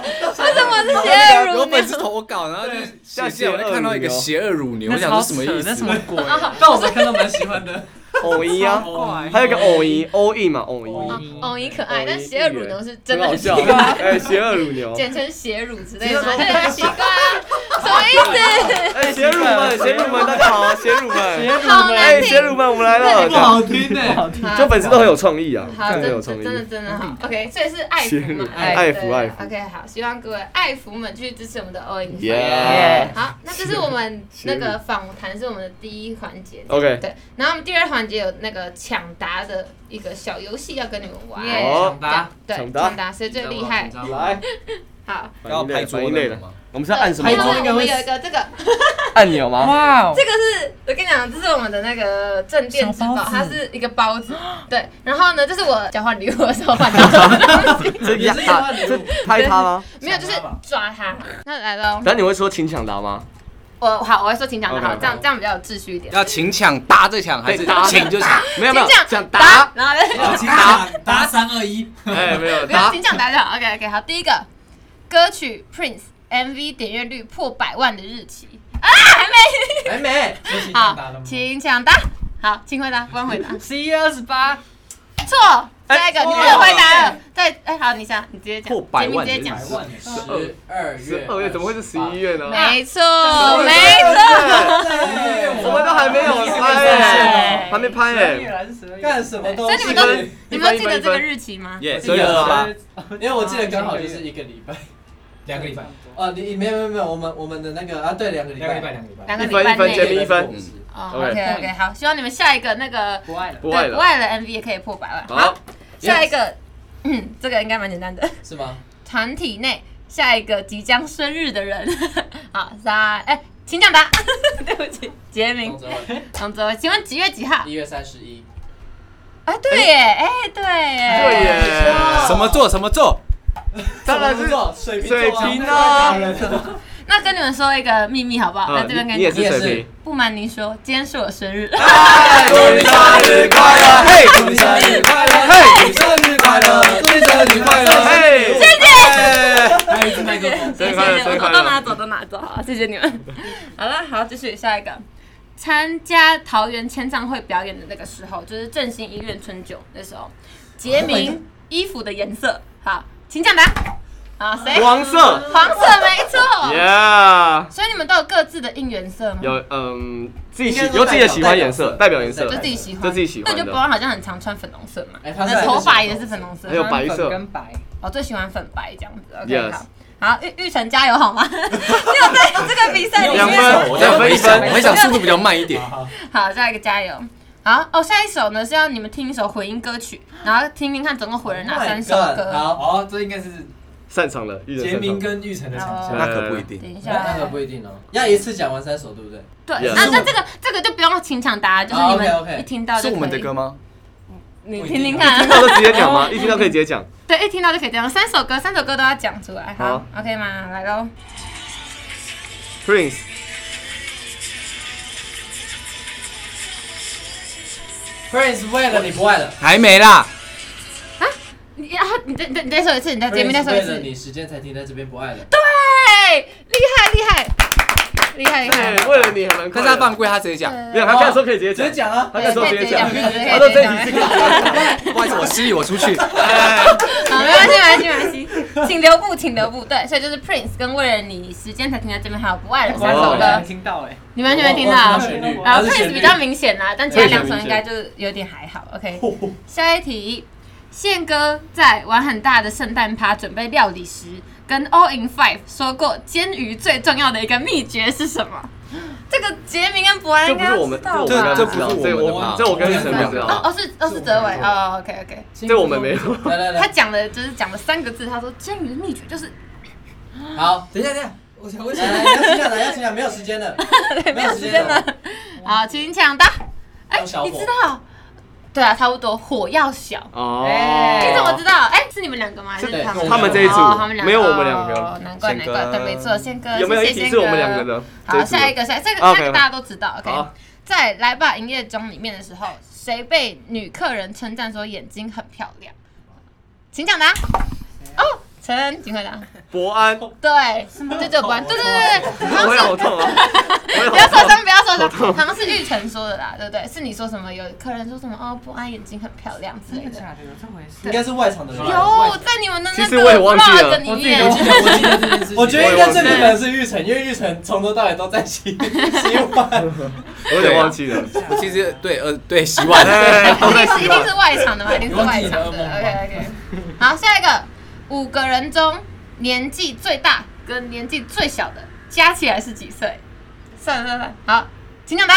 S8: 有本事投稿，然后就是
S6: 像
S8: 写
S6: 邪
S8: 信，
S6: 恶
S8: 我就看到一个
S6: 乳牛
S8: 邪恶乳牛，
S10: 那
S8: 我想
S10: 超
S8: 说什
S10: 扯
S8: 么意，思？
S10: 那什么鬼啊？
S9: 但我们看到蛮喜欢的。
S6: 偶一啊，
S10: 怪
S6: 还有一个偶一，欧一嘛，偶一，
S5: 哦，哦，你可
S6: 偶
S5: 爱，
S6: 一
S5: 但邪恶乳牛是真的
S6: 很好笑
S5: 奇，
S6: *laughs*
S5: 怪，
S6: 哎，邪恶乳
S5: *laughs*
S6: 牛，
S5: 简称邪乳之类的吗，对，很奇怪啊，什么意
S6: *laughs*
S5: 思？
S6: 哎，邪
S5: *laughs*
S6: 乳们，邪乳们，大家好啊， *laughs* 邪乳们，
S5: 好难
S6: 哎，邪
S5: 听。
S6: 乳们，我们来了，这样
S9: 听呢，
S6: 欸 *laughs* 就粉丝都很有创意啊，
S5: 好，
S6: 真的很
S5: 真
S6: 有创
S5: 真
S6: 意
S5: 真，的真的好，OK，所以是爱福嘛，
S6: 爱
S5: 对
S6: 福爱福
S5: OK，好，希望各位爱福们去支持我们的欧影。
S6: 耶
S5: 好，那这是我们那个访谈是我们的第一环节，
S6: ，OK，
S5: 对，然后我们第二环节有那个抢答的一个小游戏要跟你们玩，
S6: 好
S9: 抢答，
S5: 对，
S6: 哦抢
S5: 抢
S6: 答
S5: 答谁最厉害
S9: 紧？张吗，
S6: 来，
S5: *laughs* 好，
S8: 要拍
S6: 反
S8: 桌
S6: 应类
S8: 的
S6: 的
S8: 吗？
S6: 我们是要按什么
S5: 还
S9: 拍
S5: 有
S9: 桌
S5: 我
S9: 那个
S5: 们
S9: 会
S5: 有一个这个，
S6: 按钮吗？
S10: 哇哦，
S5: 这个是我跟你讲，这是我们的那个镇店之宝，
S10: 小包子
S5: 它是一个包子。对，然后呢，这是我交换礼物的时候换到的东西，
S6: 这压
S7: 啊
S6: 这啊拍他吗？
S5: 没有，就是抓它。那来喽，
S6: 那你会说请抢答吗？
S5: 我好，我会说请讲的好，
S6: OK，
S5: 这样这样比较有秩序一点。
S8: 要请抢搭这抢还是
S6: 对搭
S8: 请就抢？
S6: 没有没有，抢答
S5: 答，，然后呢， *laughs*
S7: 好，请打打三二一，
S6: 哎，没有
S5: 不要
S6: 答
S5: 请讲答就好。OK OK，好，第一个歌曲 Prince MV 点阅率破百万的日期，啊
S9: 还没，
S7: 是请
S5: 好
S7: 抢答的，吗？
S5: 请抢答。好，请回答，不用回答。
S10: 十一二十八，
S5: 错，下一个
S6: 哎
S5: 你不能回答了。对，哎，好，你想，你直接讲，
S8: 破百万
S5: 杰明直接
S7: 百
S5: 讲。
S7: 万
S9: 十二月，
S6: 哦十二月怎么会是十一
S9: 月？
S6: 月呢？
S7: 啊
S5: 没错，没错。
S6: 我们都还没有
S7: 哎
S6: 猜。
S5: 拍
S6: 还没拍哎、
S7: 干什么东
S5: 所以
S7: 西？
S5: 你们都你们
S6: 一
S5: 记
S6: 分
S5: 得
S6: 一
S5: 这个
S6: 分
S5: 日期吗？
S6: 耶，
S7: 所
S6: 所
S7: 以
S6: 以
S7: 有
S6: 了吧？
S9: 因为我记得刚好就是一个礼
S5: *laughs*
S9: 拜，
S7: 两个礼拜，
S9: 啊，你没有没有没有，我们我们的那个啊，对，两个礼
S7: 两个礼拜，
S9: 拜，
S7: 两个礼拜。
S5: 两个
S6: 一
S5: 礼
S6: 分
S5: 拜
S6: 一分，
S5: 内
S6: 杰米一分，
S8: 嗯
S5: 哦
S6: OK
S5: OK OK，好，希望你们下一个那个
S10: 不爱了。
S6: 不爱
S5: 对不
S6: 了。
S5: 爱了 MV 也可以破百万。
S6: 好，
S5: 下一个，嗯，这个应该蛮简单的。
S9: 是吗？
S5: 团体内下一个即将生日的人， *laughs* 好，三，哎，请抢答。 *laughs* 对不起，杰明
S9: 同，桌会
S5: 同泽，请问几月几号
S9: 一？月三十一，
S5: 啊，对耶，哎，对耶，
S6: 对耶
S5: 哇
S6: 什
S8: 什么座？什么座？
S6: 当然是
S7: 水
S6: 水
S7: 瓶座啊
S6: 瓶啊！
S5: 那跟你们说一个秘密好不好？那
S6: 啊，
S5: 这边
S6: 你
S5: 跟
S6: 你也是
S9: 你也是
S6: 水瓶。
S5: 不瞒您说，今天是我生日。
S6: 哎
S8: 祝你生日快乐
S6: 嘿，
S8: 祝你生日快乐，
S6: 嘿
S8: 祝你生日快乐，祝你生日快乐，
S6: 嘿，
S8: 哎
S9: 还有一支麦克风，
S6: 生日快乐，生日快
S5: 我都拿
S6: 乐！
S5: 走，都拿走，好，谢谢你们。好了，好，继续下一个。参加桃园签唱会表演的那个时候，就是振兴医院春酒那时候，杰明衣服的颜色，好，请抢答。啊，谁？
S6: 黄色
S5: 黄色，没错。
S6: ，Yeah，
S5: 所以你们都有各自的应援色吗？，
S6: 有嗯，自己喜有自己的喜欢颜色，代表颜色
S5: 就，自己喜欢，
S6: 就自己喜欢
S5: 那
S6: 的
S5: 就伯恩好像很常穿粉红色嘛，
S9: 哎他是
S5: 那头发也是粉红色，
S6: 还有白
S10: 粉
S6: 色，
S10: 跟白，
S5: 我最喜欢粉白这样子。OK，
S6: Yes
S5: 好，好，玉玉成加油好吗？
S6: *laughs*
S5: 你有在这个比赛里
S6: 两
S5: 面
S6: 分，两分一分。
S8: 我很想速度比较慢一点。
S5: 好，下一个加油。好哦，下一首呢是要你们听一首混音歌曲，然后听听看总共混了哪三首
S9: Oh my god，
S5: 歌。
S9: 好，
S7: 好，哦这应该是
S6: 擅长了，遇人
S7: 杰
S6: 擅
S7: 明
S6: 长了。
S7: 跟玉成的长
S5: 好
S7: 项。
S8: 那可不一定。
S5: 哦等一下，
S9: 那个不一定
S6: 啊
S9: 哦， *laughs* 要一次讲完三首，对不对？
S5: 对啊，
S6: Yes
S5: 那这个这个就不用请抢答，就是你
S9: 哦，OK，OK
S5: 们一听到
S8: 是
S5: 就
S8: 我们
S5: 可
S8: 的
S5: 以
S8: 歌，吗？
S5: 你
S7: 不一定
S5: 听听
S6: 听
S5: 看，哦
S6: 到就直接
S5: *laughs*
S6: 讲吗？一听到可以直接讲。
S5: 对，一听到就可以这样。三首歌，三首歌都要讲出来，好，OK 吗？来喽，
S6: Prince，
S9: Prince 为了你不爱了，
S8: 还没啦，
S5: 你啊，你再你再你再说一次，你再前面再说一
S9: Prince 为
S5: 次
S9: 了，你时间才停在这边不爱了，
S5: 对，厉害厉害厉害厉害
S6: 对，，为了你还蛮快
S8: 但
S6: 乐。
S8: 是他犯规，他直接讲，
S6: 没有，他那时候可以直接
S7: 直接
S6: 讲，
S7: 讲啊！
S6: 他那时候直接讲，
S5: 对直接讲
S6: 他说这一集是
S8: 不好意思，我失忆，我出去。
S5: 好，没关系，没关系，没关系，请留步，请留步。对，所以就是 Prince 跟为了你时间才停在这边，还有不爱了三首歌
S10: 没，听到哎，
S5: 你们有没有听到？
S7: 旋律，
S5: 然
S7: 它
S5: 后
S7: 是
S5: Prince
S7: 旋
S5: 比
S7: 律。
S5: 较明显啦，但其他两首应该就是有点还好。OK，下一题，宪哥在玩很大的圣诞趴准备料理时，跟 All in Five 说过煎鱼最重要的一个秘诀是什么？这个杰明跟博安
S6: 这
S5: 应
S6: 不
S5: 该
S6: 是
S5: 要
S6: 我们
S5: 知，道
S8: 这
S5: 吧？
S8: 这不是我们
S6: 这
S8: 的
S6: 我
S8: 吧
S6: 这我跟神不知
S5: 哦
S6: 道，
S5: 哦是哦是哲伟哦，OK OK，
S6: 这我们没有。
S9: 来来
S5: 他
S9: 来，
S5: 讲的就是讲了三个字，他说煎鱼的秘诀就是
S9: 好，等一下等一下，我想问一下，来要请讲的，要请讲，没有时间了，没有时间了，
S5: 好，请抢答。哎、
S9: 要小
S5: 你
S9: 火
S5: 知道？对啊，差不多，火要小。
S6: 哦，
S5: 你怎么知道？哎、是你们两个吗？还是
S9: 对
S5: 他们
S9: 他们这一
S6: 组
S5: 哦他们两个
S6: 没有我们两个
S5: 哦难怪难
S8: 宪哥
S5: 怪，对，没错，宪哥
S6: 有没有
S5: 谢谢
S6: 一题
S5: 宪
S6: 是
S5: 哥
S6: 我们两个的？
S5: 好，
S6: 这组
S5: 下一个，下这个，
S6: OK，
S5: 下个大家都知道。OK，
S6: 好啊
S5: 在《来吧营业中》里面的时候，谁被女客人称赞说眼睛很漂亮？请抢答。哦，陈，请回答。
S6: 伯安，
S5: 对，对对，不然，对对对对，好
S6: 我
S5: 像是
S6: 也好痛啊！
S5: 不要受伤，不要受伤，好像是玉成说的啦，对不对？是你说什么？有客人说什么哦，不安眼睛很漂亮之类的。
S10: 有这回事？
S7: 应该是外场的人。
S5: 有在你们的
S6: 其
S5: 那
S6: 实
S5: 个
S6: 我也忘记
S5: vlog
S6: 了
S5: 里面，
S9: 我记得这件事情，
S7: 我觉得应该最不可能是玉成，因为玉成从头到尾都在洗洗碗。
S6: 我有点忘记了。
S8: 我其实对呃对洗碗，
S6: 哎，都在
S5: 一定是
S6: 洗
S5: 一
S6: 碗
S5: 定。是外场的嘛，一定是外场的。
S7: 你忘记你的噩梦吗
S5: OK OK。好，下一个，五个人中年纪最大跟年纪最小的加起来是几岁？算了算了，好，请抢答。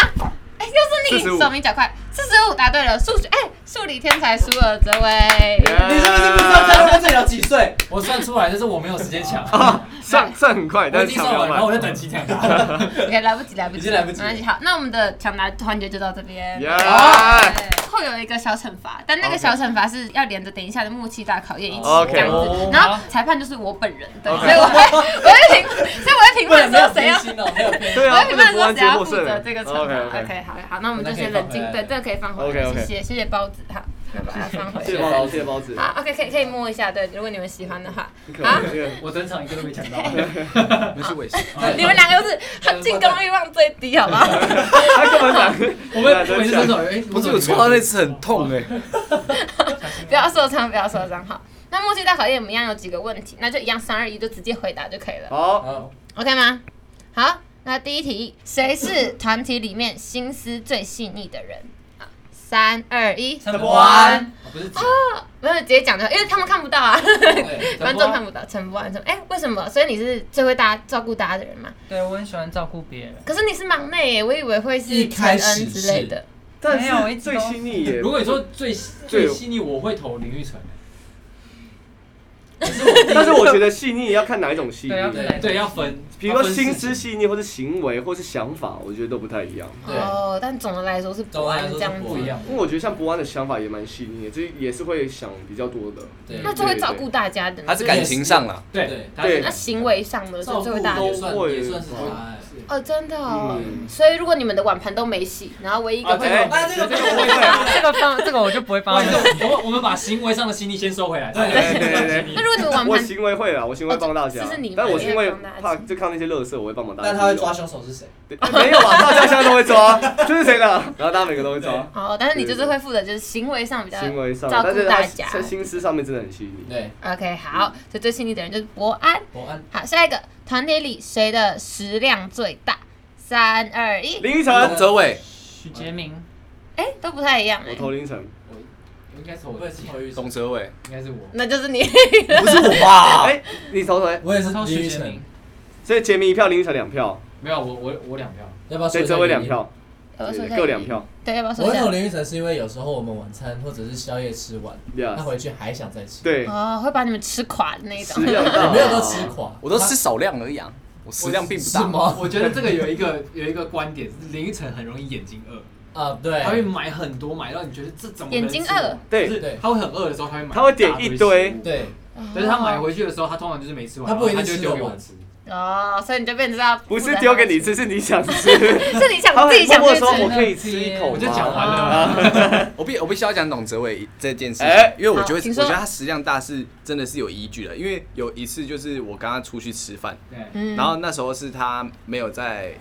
S5: 哎，又是你，
S6: 45
S5: 手名较快，四十五答对了。数学，哎，数理天才苏尔泽维。
S7: *laughs* 你是不是不知道嘉乐这里有几岁？
S9: 我算出来，但是我没有时间抢，
S6: 啊上上很快，
S9: 我已
S6: 但是
S9: 经
S6: 抢
S9: 算
S6: 不
S9: 完，然后
S6: 完
S9: 我。就等请抢答。
S5: OK，来不及，来不及，
S7: 已经来不及
S5: 没关系。好，那我们的抢答环节就到这边。
S6: 耶！
S5: 对会有一个小惩罚，但那个
S6: OK
S5: 小惩罚是要连着等一下的默契大考验一起
S6: OK
S5: 这样子
S7: 哦，
S5: 然后裁判就是我本人，对，
S6: OK
S5: 所以我会我会评，所以我会评
S7: 不
S5: 判
S7: 然没有
S5: 说谁
S7: 偏
S5: 要，
S7: 心哦，没
S5: *laughs*
S7: 有偏心。
S6: 对
S5: 我
S6: 啊，
S5: 会
S6: 不
S5: 评
S6: 能
S5: 判
S6: 不
S5: 说
S6: 安
S5: 谁
S6: 节
S5: 要
S6: 获
S5: 负责
S6: 胜。
S5: 这个惩
S6: OK，OK
S5: 罚。OK，好好，那我们就先冷静，
S7: 那可以放回来
S5: 对，这个可以放回来，
S6: OK，OK
S5: 谢谢谢谢包子，好，那把它放回
S6: 谢
S5: 来。
S6: 谢包子，谢谢包子。
S9: 啊
S5: 好，OK，可以可以摸一下，对，如果你们喜欢的话，
S6: 可
S5: 啊
S6: 以，
S9: 我整场一个都没抢到， *laughs*
S8: 你们是伪
S5: *laughs* 你们两个就是进攻欲望最低，好不
S7: *laughs*
S5: 好？
S6: *laughs* 他根本懒，
S9: 我们我们是手，哎，
S8: 不是我戳到那次很痛哎，
S5: 不要受伤，不要受伤，好。那默契大考验我们一样有几个问题，那就一样三二一就直接回答就可以了。
S6: 好，
S7: 好
S5: OK 吗？好，那第一题，谁是团体里面心思最细腻的人？三二一，啊
S7: 陈伯安，不是陈
S5: 没有直接讲的，因为他们看不到啊，
S7: 对
S5: 观众看不到。陈伯安说：“哎、为什么？所以你是最会大家照顾大家的人嘛？
S10: 对我很喜欢照顾别人。
S5: 可是你是忙内耶，我以为会是
S7: 一
S5: 陈
S7: 开
S5: 恩
S7: 始
S5: 之类
S7: 是
S5: 的。
S6: 但
S10: 没有
S6: 是
S10: 一直
S6: 最
S10: 都
S6: 细腻耶。
S7: 如果你说最
S6: 对
S7: 最细腻，我会投林玉成。
S6: *laughs* 但是我觉得细腻也要看哪一种细腻
S10: 对，要看哪一种
S7: 对，要分，
S6: 比如说
S7: 要分事
S6: 心
S7: 情
S6: 思细腻，或是行为，或是想法，我觉得都不太一样。
S7: 对
S5: 哦，但总的来说是
S7: 总
S5: 伯
S7: 的来
S5: 安这
S7: 说是
S5: 样子，
S7: 不一样的。
S6: 因为我觉得像博安的想法也蛮细腻的，就是也是会想比较多的。
S7: 对
S5: 那最会照顾大家的呢，
S8: 他是感情上啦，
S7: 对，他
S6: 对
S7: 是
S5: 那行为上的是
S7: 照
S5: 最
S7: 顾
S5: 会大家
S7: 都
S5: 的。
S7: 算也算是他哎。
S5: 哦，真的、哦，
S6: 嗯
S5: 所以如果你们的碗盘都没洗，然后唯一一个
S7: 啊，
S5: 会、
S6: 哎
S7: 那这个这个我会。
S5: *laughs*
S10: 这个
S6: *laughs*
S10: 放这个我就不会放在。
S7: 我们我们把行为上的心力先收回来。
S6: 对对对对
S5: *laughs* 那如果你们碗
S6: 我
S5: 盘
S6: 行为会啊，我行为帮大家，
S5: 哦这是你
S6: 但我
S5: 你会
S6: 行为
S5: 帮大家
S6: 怕就看那些垃圾，我会帮忙大家。
S7: 但他会抓凶手是谁？
S6: *laughs* 对没有啊，大家现在都会
S7: *laughs*
S6: 抓，就是谁的，然后大家每个都会抓。
S5: 哦，但是你就是会负责就是行为上比较
S6: 行为上，
S5: 照
S6: 但
S5: 顾
S6: 是
S5: 大
S6: 他
S5: 家。
S6: 在心思上面真的很细腻。
S7: 对，
S5: OK，好，所以最细腻的人就是伯安。
S7: 伯安。
S5: 好，下一个团体里谁的食量最大？三二一，
S6: 林依晨，
S8: 龙泽伟、
S10: 许杰明，
S5: 哎、都不太一样、
S6: 我
S5: 哎，
S6: 投林依晨。
S7: 我应该投我是投玉
S8: 龙泽伟，
S7: 应该是我。
S5: 那就是你。
S8: 不是我
S5: *laughs*
S8: 吧？
S6: 哎，你投谁？
S7: 我也是
S10: 偷
S7: 林
S10: 许
S7: 玉
S10: 杰
S7: 成
S10: 明。，
S6: 所以杰明一票，林依晨两票，
S7: 没有，我我我两票。要不要
S6: 所以泽伟两？票，
S5: 要哦不要说一下
S6: 各两票。
S5: 对，要不要
S11: 我
S5: 说一
S11: 会
S5: 下
S11: 投？林玉成是因为有时候我们晚餐或者是宵夜吃完，他
S6: Yes，
S11: 回去还想再吃，
S6: 对，
S5: 哦，会把你们吃垮的那一种
S6: 食。量大。
S11: 没有都吃垮。
S8: 我都吃少量而已啊，我食量并不大。
S11: 是吗
S9: 我觉得这个有一个有一个观点，林依晨很容易眼睛饿，
S11: 啊，对，
S9: 他会买很多买到你觉得这怎么可能
S5: 眼睛
S9: 吃完
S5: 饿
S6: 对
S9: 就是他会很饿的时候，他会买，
S6: 他会点一堆，
S11: 对，
S5: 哦
S9: 但是他买回去的时候，他通常就是没吃完，
S11: 他不一定
S9: 然后就
S11: 吃
S9: 丢
S11: 得
S9: 给我
S11: 完
S9: 吃。
S5: 哦，所以你就变知道
S6: 不是丢给你吃，是你
S5: *laughs*
S6: 想吃。
S5: 是你想
S6: 他
S5: 自
S6: 会
S5: 己
S6: 默
S5: 想去
S6: 默说：“哦我
S5: 吃。
S6: 可以吃一口吗。”
S9: 我就讲完
S5: 啊
S6: *laughs*
S9: 了，
S8: 我必我必须要讲董哲伟这件事情，
S6: 哎
S8: 因为我觉得
S5: 好请
S8: 我
S5: 说
S8: 觉得他食量大是真的是有依据的，因为有一次就是我跟他出去吃饭，
S7: 对，
S5: 嗯
S8: 然后那时候是他没有在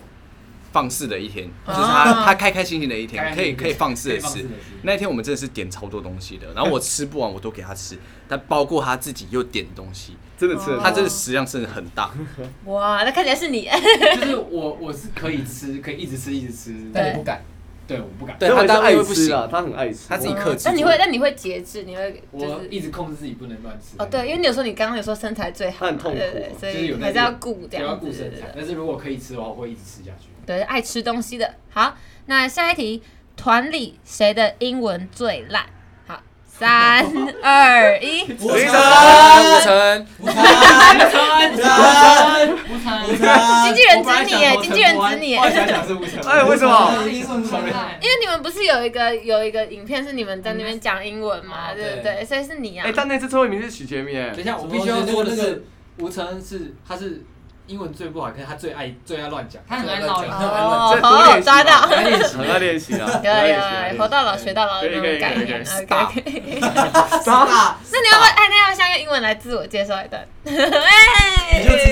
S8: 放肆的一天，
S5: 哦
S8: 就是他他开开心心的一天，
S7: 开
S8: 可
S7: 开
S8: 以
S7: 心心
S8: 可以放肆的
S7: 可以放肆
S8: 吃
S7: 地吃。
S8: 那一天我们真的是点超多东西的，然后我吃不完我都给他吃，但包括他自己又点东西，
S6: 真的吃了，
S8: 他真的食量真的很大。
S5: 哇，那看起来是你。
S7: *laughs* *laughs* 就是我我是可以吃，可以一直吃一直吃，
S11: 但你不敢，
S7: 对，我不敢，
S8: 对
S6: 所以
S8: 他
S6: 我是
S8: 当然
S6: 爱
S8: 又不
S6: 吃
S8: 行，
S6: 啊，他很爱吃。
S8: 他自己克制
S5: 那
S8: 住。
S5: 你会，那你会节制，你会就
S7: 我
S5: 是
S7: 一直控制自己不能乱吃。
S5: 哦，对，因为你有说你刚刚有说身材最好嘛，
S6: 他很痛苦啊
S5: 哦对对对，所
S7: 就是有
S5: 以
S7: 那
S5: 还是要
S7: 个
S5: 顾这
S7: 不要
S5: 样
S7: 顾
S5: 子，
S7: 身
S5: 对
S7: 材
S5: 对，
S7: 但是如果可以吃的话，我会一直吃下去。
S5: 对对，爱吃东西的。好，那下一题，团里谁的英文最烂？好，
S7: *laughs*
S5: 三二一，
S6: 林晨，
S8: 吴成，
S10: 吴昌，
S5: 经纪人指你耶，经纪人指你
S7: 我
S5: 耶，
S7: 想想是吴承，
S6: *laughs* 哎，为什么？
S11: 英文不 *laughs*
S5: 因为你们不是有一个有一个影片是你们在那边讲英文嘛，
S7: 哦
S5: 对不
S7: 对
S5: 对？所以是你啊
S6: 哎，，但那次最后一名是许杰明，哎
S7: 等一下，我必须要说的是，吴承是他是英文最不好，可是他最爱最爱乱讲，
S11: 他很爱
S7: 乱
S11: 闹
S7: 讲
S11: 人。
S5: *laughs* 哦
S6: 这，多
S5: 好
S6: 练习
S5: 抓
S6: 吧
S5: 到。
S7: 他练习
S6: 很爱练习
S5: *laughs*
S6: 啊，很
S5: 有
S6: 爱
S5: 有
S6: 练习很爱
S5: 有，
S6: 练
S5: 活
S6: 习。
S5: 到老学到老的
S6: 可以
S5: 那
S6: 可以
S5: 种概
S6: 可以
S5: 念。
S6: 可
S5: OK OK。
S11: 大，
S5: 那你要不要？哎，那要先用英文来自我介绍一段。
S11: 你就知
S5: 哎，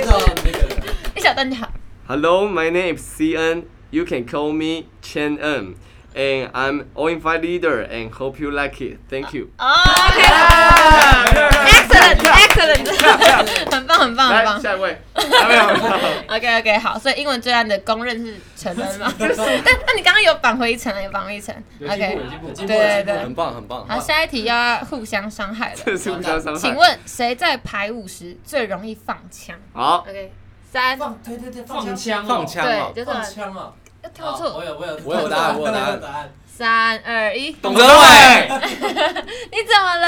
S11: 道那个人。
S5: *laughs* 一小段就好。
S6: Hello, my name is CN. You can call me Chen N. And I'm OINFI leader and hope you like it. Thank you.
S5: 哦，OK，excellent，excellent，很
S6: *laughs*
S5: 棒，很棒，很
S6: 来，
S5: 棒。
S6: 下
S5: *laughs*
S6: 一位。还没有还没有
S5: OK OK，好，所以英文最烂的公认是陈恩嘛？但那你刚刚有返回一层，有返回一层。
S7: 有进
S5: OK，
S7: 步，有进步，
S5: 对
S7: 有进步。
S5: 对对
S8: 很。棒很棒。
S5: 好，下一题要互相伤害了。
S6: 这是互相伤害。
S5: 请问谁在排舞时最容易放枪
S6: 好，
S5: ？OK，三，
S11: 放，对对对，
S7: 放
S11: 放枪，
S7: 枪，
S8: 放，枪
S5: 对，
S9: 哦
S8: 啊！
S5: 就是
S11: 放枪啊！
S5: 要跳
S11: 啊我
S5: 错。
S11: 有我有
S8: 我有答案我有答案
S11: 答案。
S5: 三二一，
S8: 董哲
S5: *laughs*
S8: 伟，
S5: 你怎么了？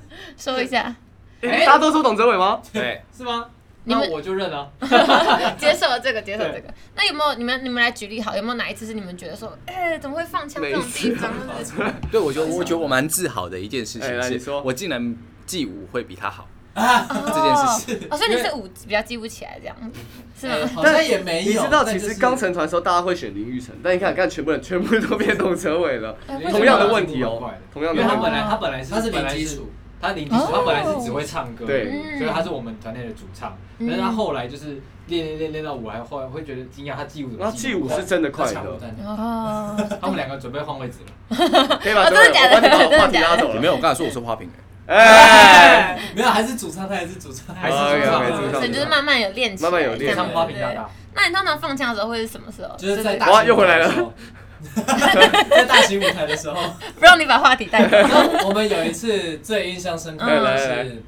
S5: *laughs* 说一下，哎
S6: 诶哎大家都说董哲伟吗？
S8: 对，
S7: 是吗？
S5: 你们
S7: 那我就认啊了。
S5: *laughs* 接受这个，接受这个。那有没有你们你们来举例好？有没有哪一次是你们觉得说，哎，怎么会放枪这种地方？
S8: 对我觉得我觉得我蛮自豪的一件事
S6: 哎
S8: 情
S6: 来你
S8: 是
S6: 说，
S8: 我竟然记舞会比他好。
S5: 这
S8: 件事
S5: 情，哦，所以你是舞比较记不起来这样，是
S11: 哎
S5: 吗？
S11: 好像也没
S6: 你
S11: 有。
S6: 知道，
S11: 但
S6: 其
S11: 就
S6: 实
S11: 是
S6: 刚成团的时候，大家会选林玉成，但你看，看全部人全部都变董哲伟了，
S5: 哎
S6: 同样的问题哦同样
S7: 因
S6: 的
S7: 为他
S6: 问
S7: 本
S6: 题。
S7: 来他本来是
S11: 他是
S7: 本
S11: 零
S7: 来
S11: 基础，
S7: 他零基
S5: 哦
S7: 础，他本来是只会唱歌，
S6: 对
S7: 所以他是我们团内的主唱。
S5: 嗯
S7: 但是他后来就是练练练练到舞，还后来会觉得惊讶，他记舞怎
S6: 那
S7: 么
S6: 继
S7: 那
S6: 舞
S7: 么
S6: 是
S7: 快
S6: 真的
S11: 他
S6: 快
S11: 抢不
S6: 乐，
S11: 断。
S5: 哦，
S7: 他们两个准备换位置了。
S6: *laughs* 可以吧？
S5: 哦
S6: 哲伟，
S5: 真的假的
S6: 我帮你把我话
S5: 真的
S6: 题
S5: 假的
S6: 拉走
S8: 有
S6: 了。
S8: 没有？我刚才说我是花瓶欸
S6: 哎，
S11: 没有，还是主唱，他还是主唱，
S7: 还是主唱
S6: 哎呀
S5: 所以就是慢慢有练起来，
S6: 慢慢有练
S5: 这样
S7: 唱花瓶大大，
S5: 那你通常放枪的时候会是什么时候？
S11: 就是在大
S6: 哇又回来了
S11: 学的时候
S9: 在大型舞台的时候，
S5: 不
S11: *laughs*
S5: 让你把话题带
S6: *laughs*
S5: 走。
S9: 我们有一次最印象深刻
S6: 来
S9: 的
S6: 来来
S9: 是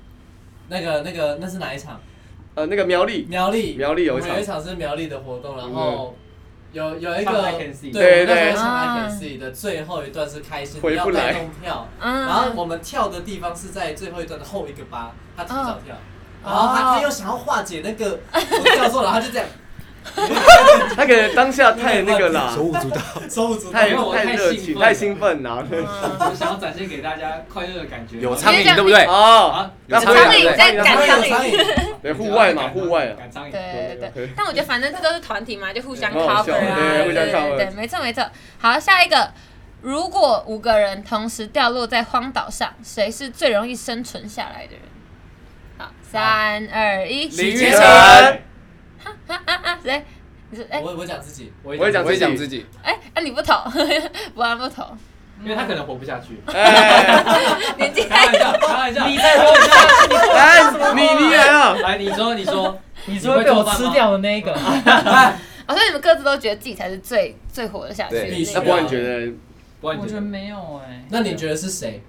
S9: 那个那个那是哪一场？
S6: 呃，那个苗栗，
S9: 苗栗，
S6: 苗栗有
S9: 我
S6: 一
S9: 们
S6: 场
S9: 有一，场是苗栗的活动，然后有有一个
S7: 唱 I Can See
S9: 对
S6: 对
S9: 我们那时候
S6: 对
S9: 唱 I Can See 的最后一段是开心
S6: 回
S9: 要
S6: 不来
S9: 带动跳，
S5: 嗯
S9: 然后我们跳的地方是在最后一段的后一个八，他提早跳，
S5: 哦
S9: 然后他他又想要化解那个 *laughs* 我跳错了，然后他就这样
S6: *laughs* 他可能当下太那个
S8: *laughs*
S6: 啦，
S9: 手舞足蹈，手舞足蹈，
S6: 太
S9: 因为我
S6: 太热情，太兴奋啦。
S7: *laughs* 我想要展现给大家快乐的感觉。
S8: 有苍蝇对不对？
S6: 哦，那
S8: 苍
S6: 会啊
S8: 蝇
S6: 对
S5: 在赶
S9: 苍
S5: 苍
S9: 蝇苍
S5: 蝇。
S9: 蝇，
S6: 对，户外嘛，户外啊，
S7: 赶苍蝇。
S5: 对对对
S6: 对，
S5: 但我觉得反正这都是团体嘛，就互相
S6: 蛮好
S5: cover
S6: 笑
S5: 啊，
S6: 对
S5: 对
S6: 互相
S5: 对
S6: cover
S5: 对，没错没错。好，下一个，如果五个人同时掉落在荒岛上，谁是最容易生存下来的人？好，三二一，
S6: 林
S5: 徐
S6: 玉
S5: 杰
S6: 成，
S5: 啊啊啊，谁？你说哎
S9: 我我讲自己，我
S6: 我也讲
S8: 我也讲
S6: 自
S8: 自己，
S5: 哎，啊你不投， *laughs* 不然不
S7: *laughs*
S5: 投，
S7: 因为他可能活不下去。 *laughs*
S6: 哎，
S5: 年纪
S7: 开
S5: 太
S7: 玩笑，开玩笑。
S10: 你再说一
S5: *laughs*
S10: 下，
S6: 来，你你来啊，
S7: *laughs* 来，哎你说，你说，
S10: 你说被我吃掉的那一个，
S5: 好哦像你们各自都觉得自己才是最最活得下去的
S8: 对
S5: 那个人。
S6: 那不然你觉得
S7: 不然
S10: 我
S7: 你觉
S10: 觉
S7: 得
S10: 得没有哎、
S9: 那你觉得是谁？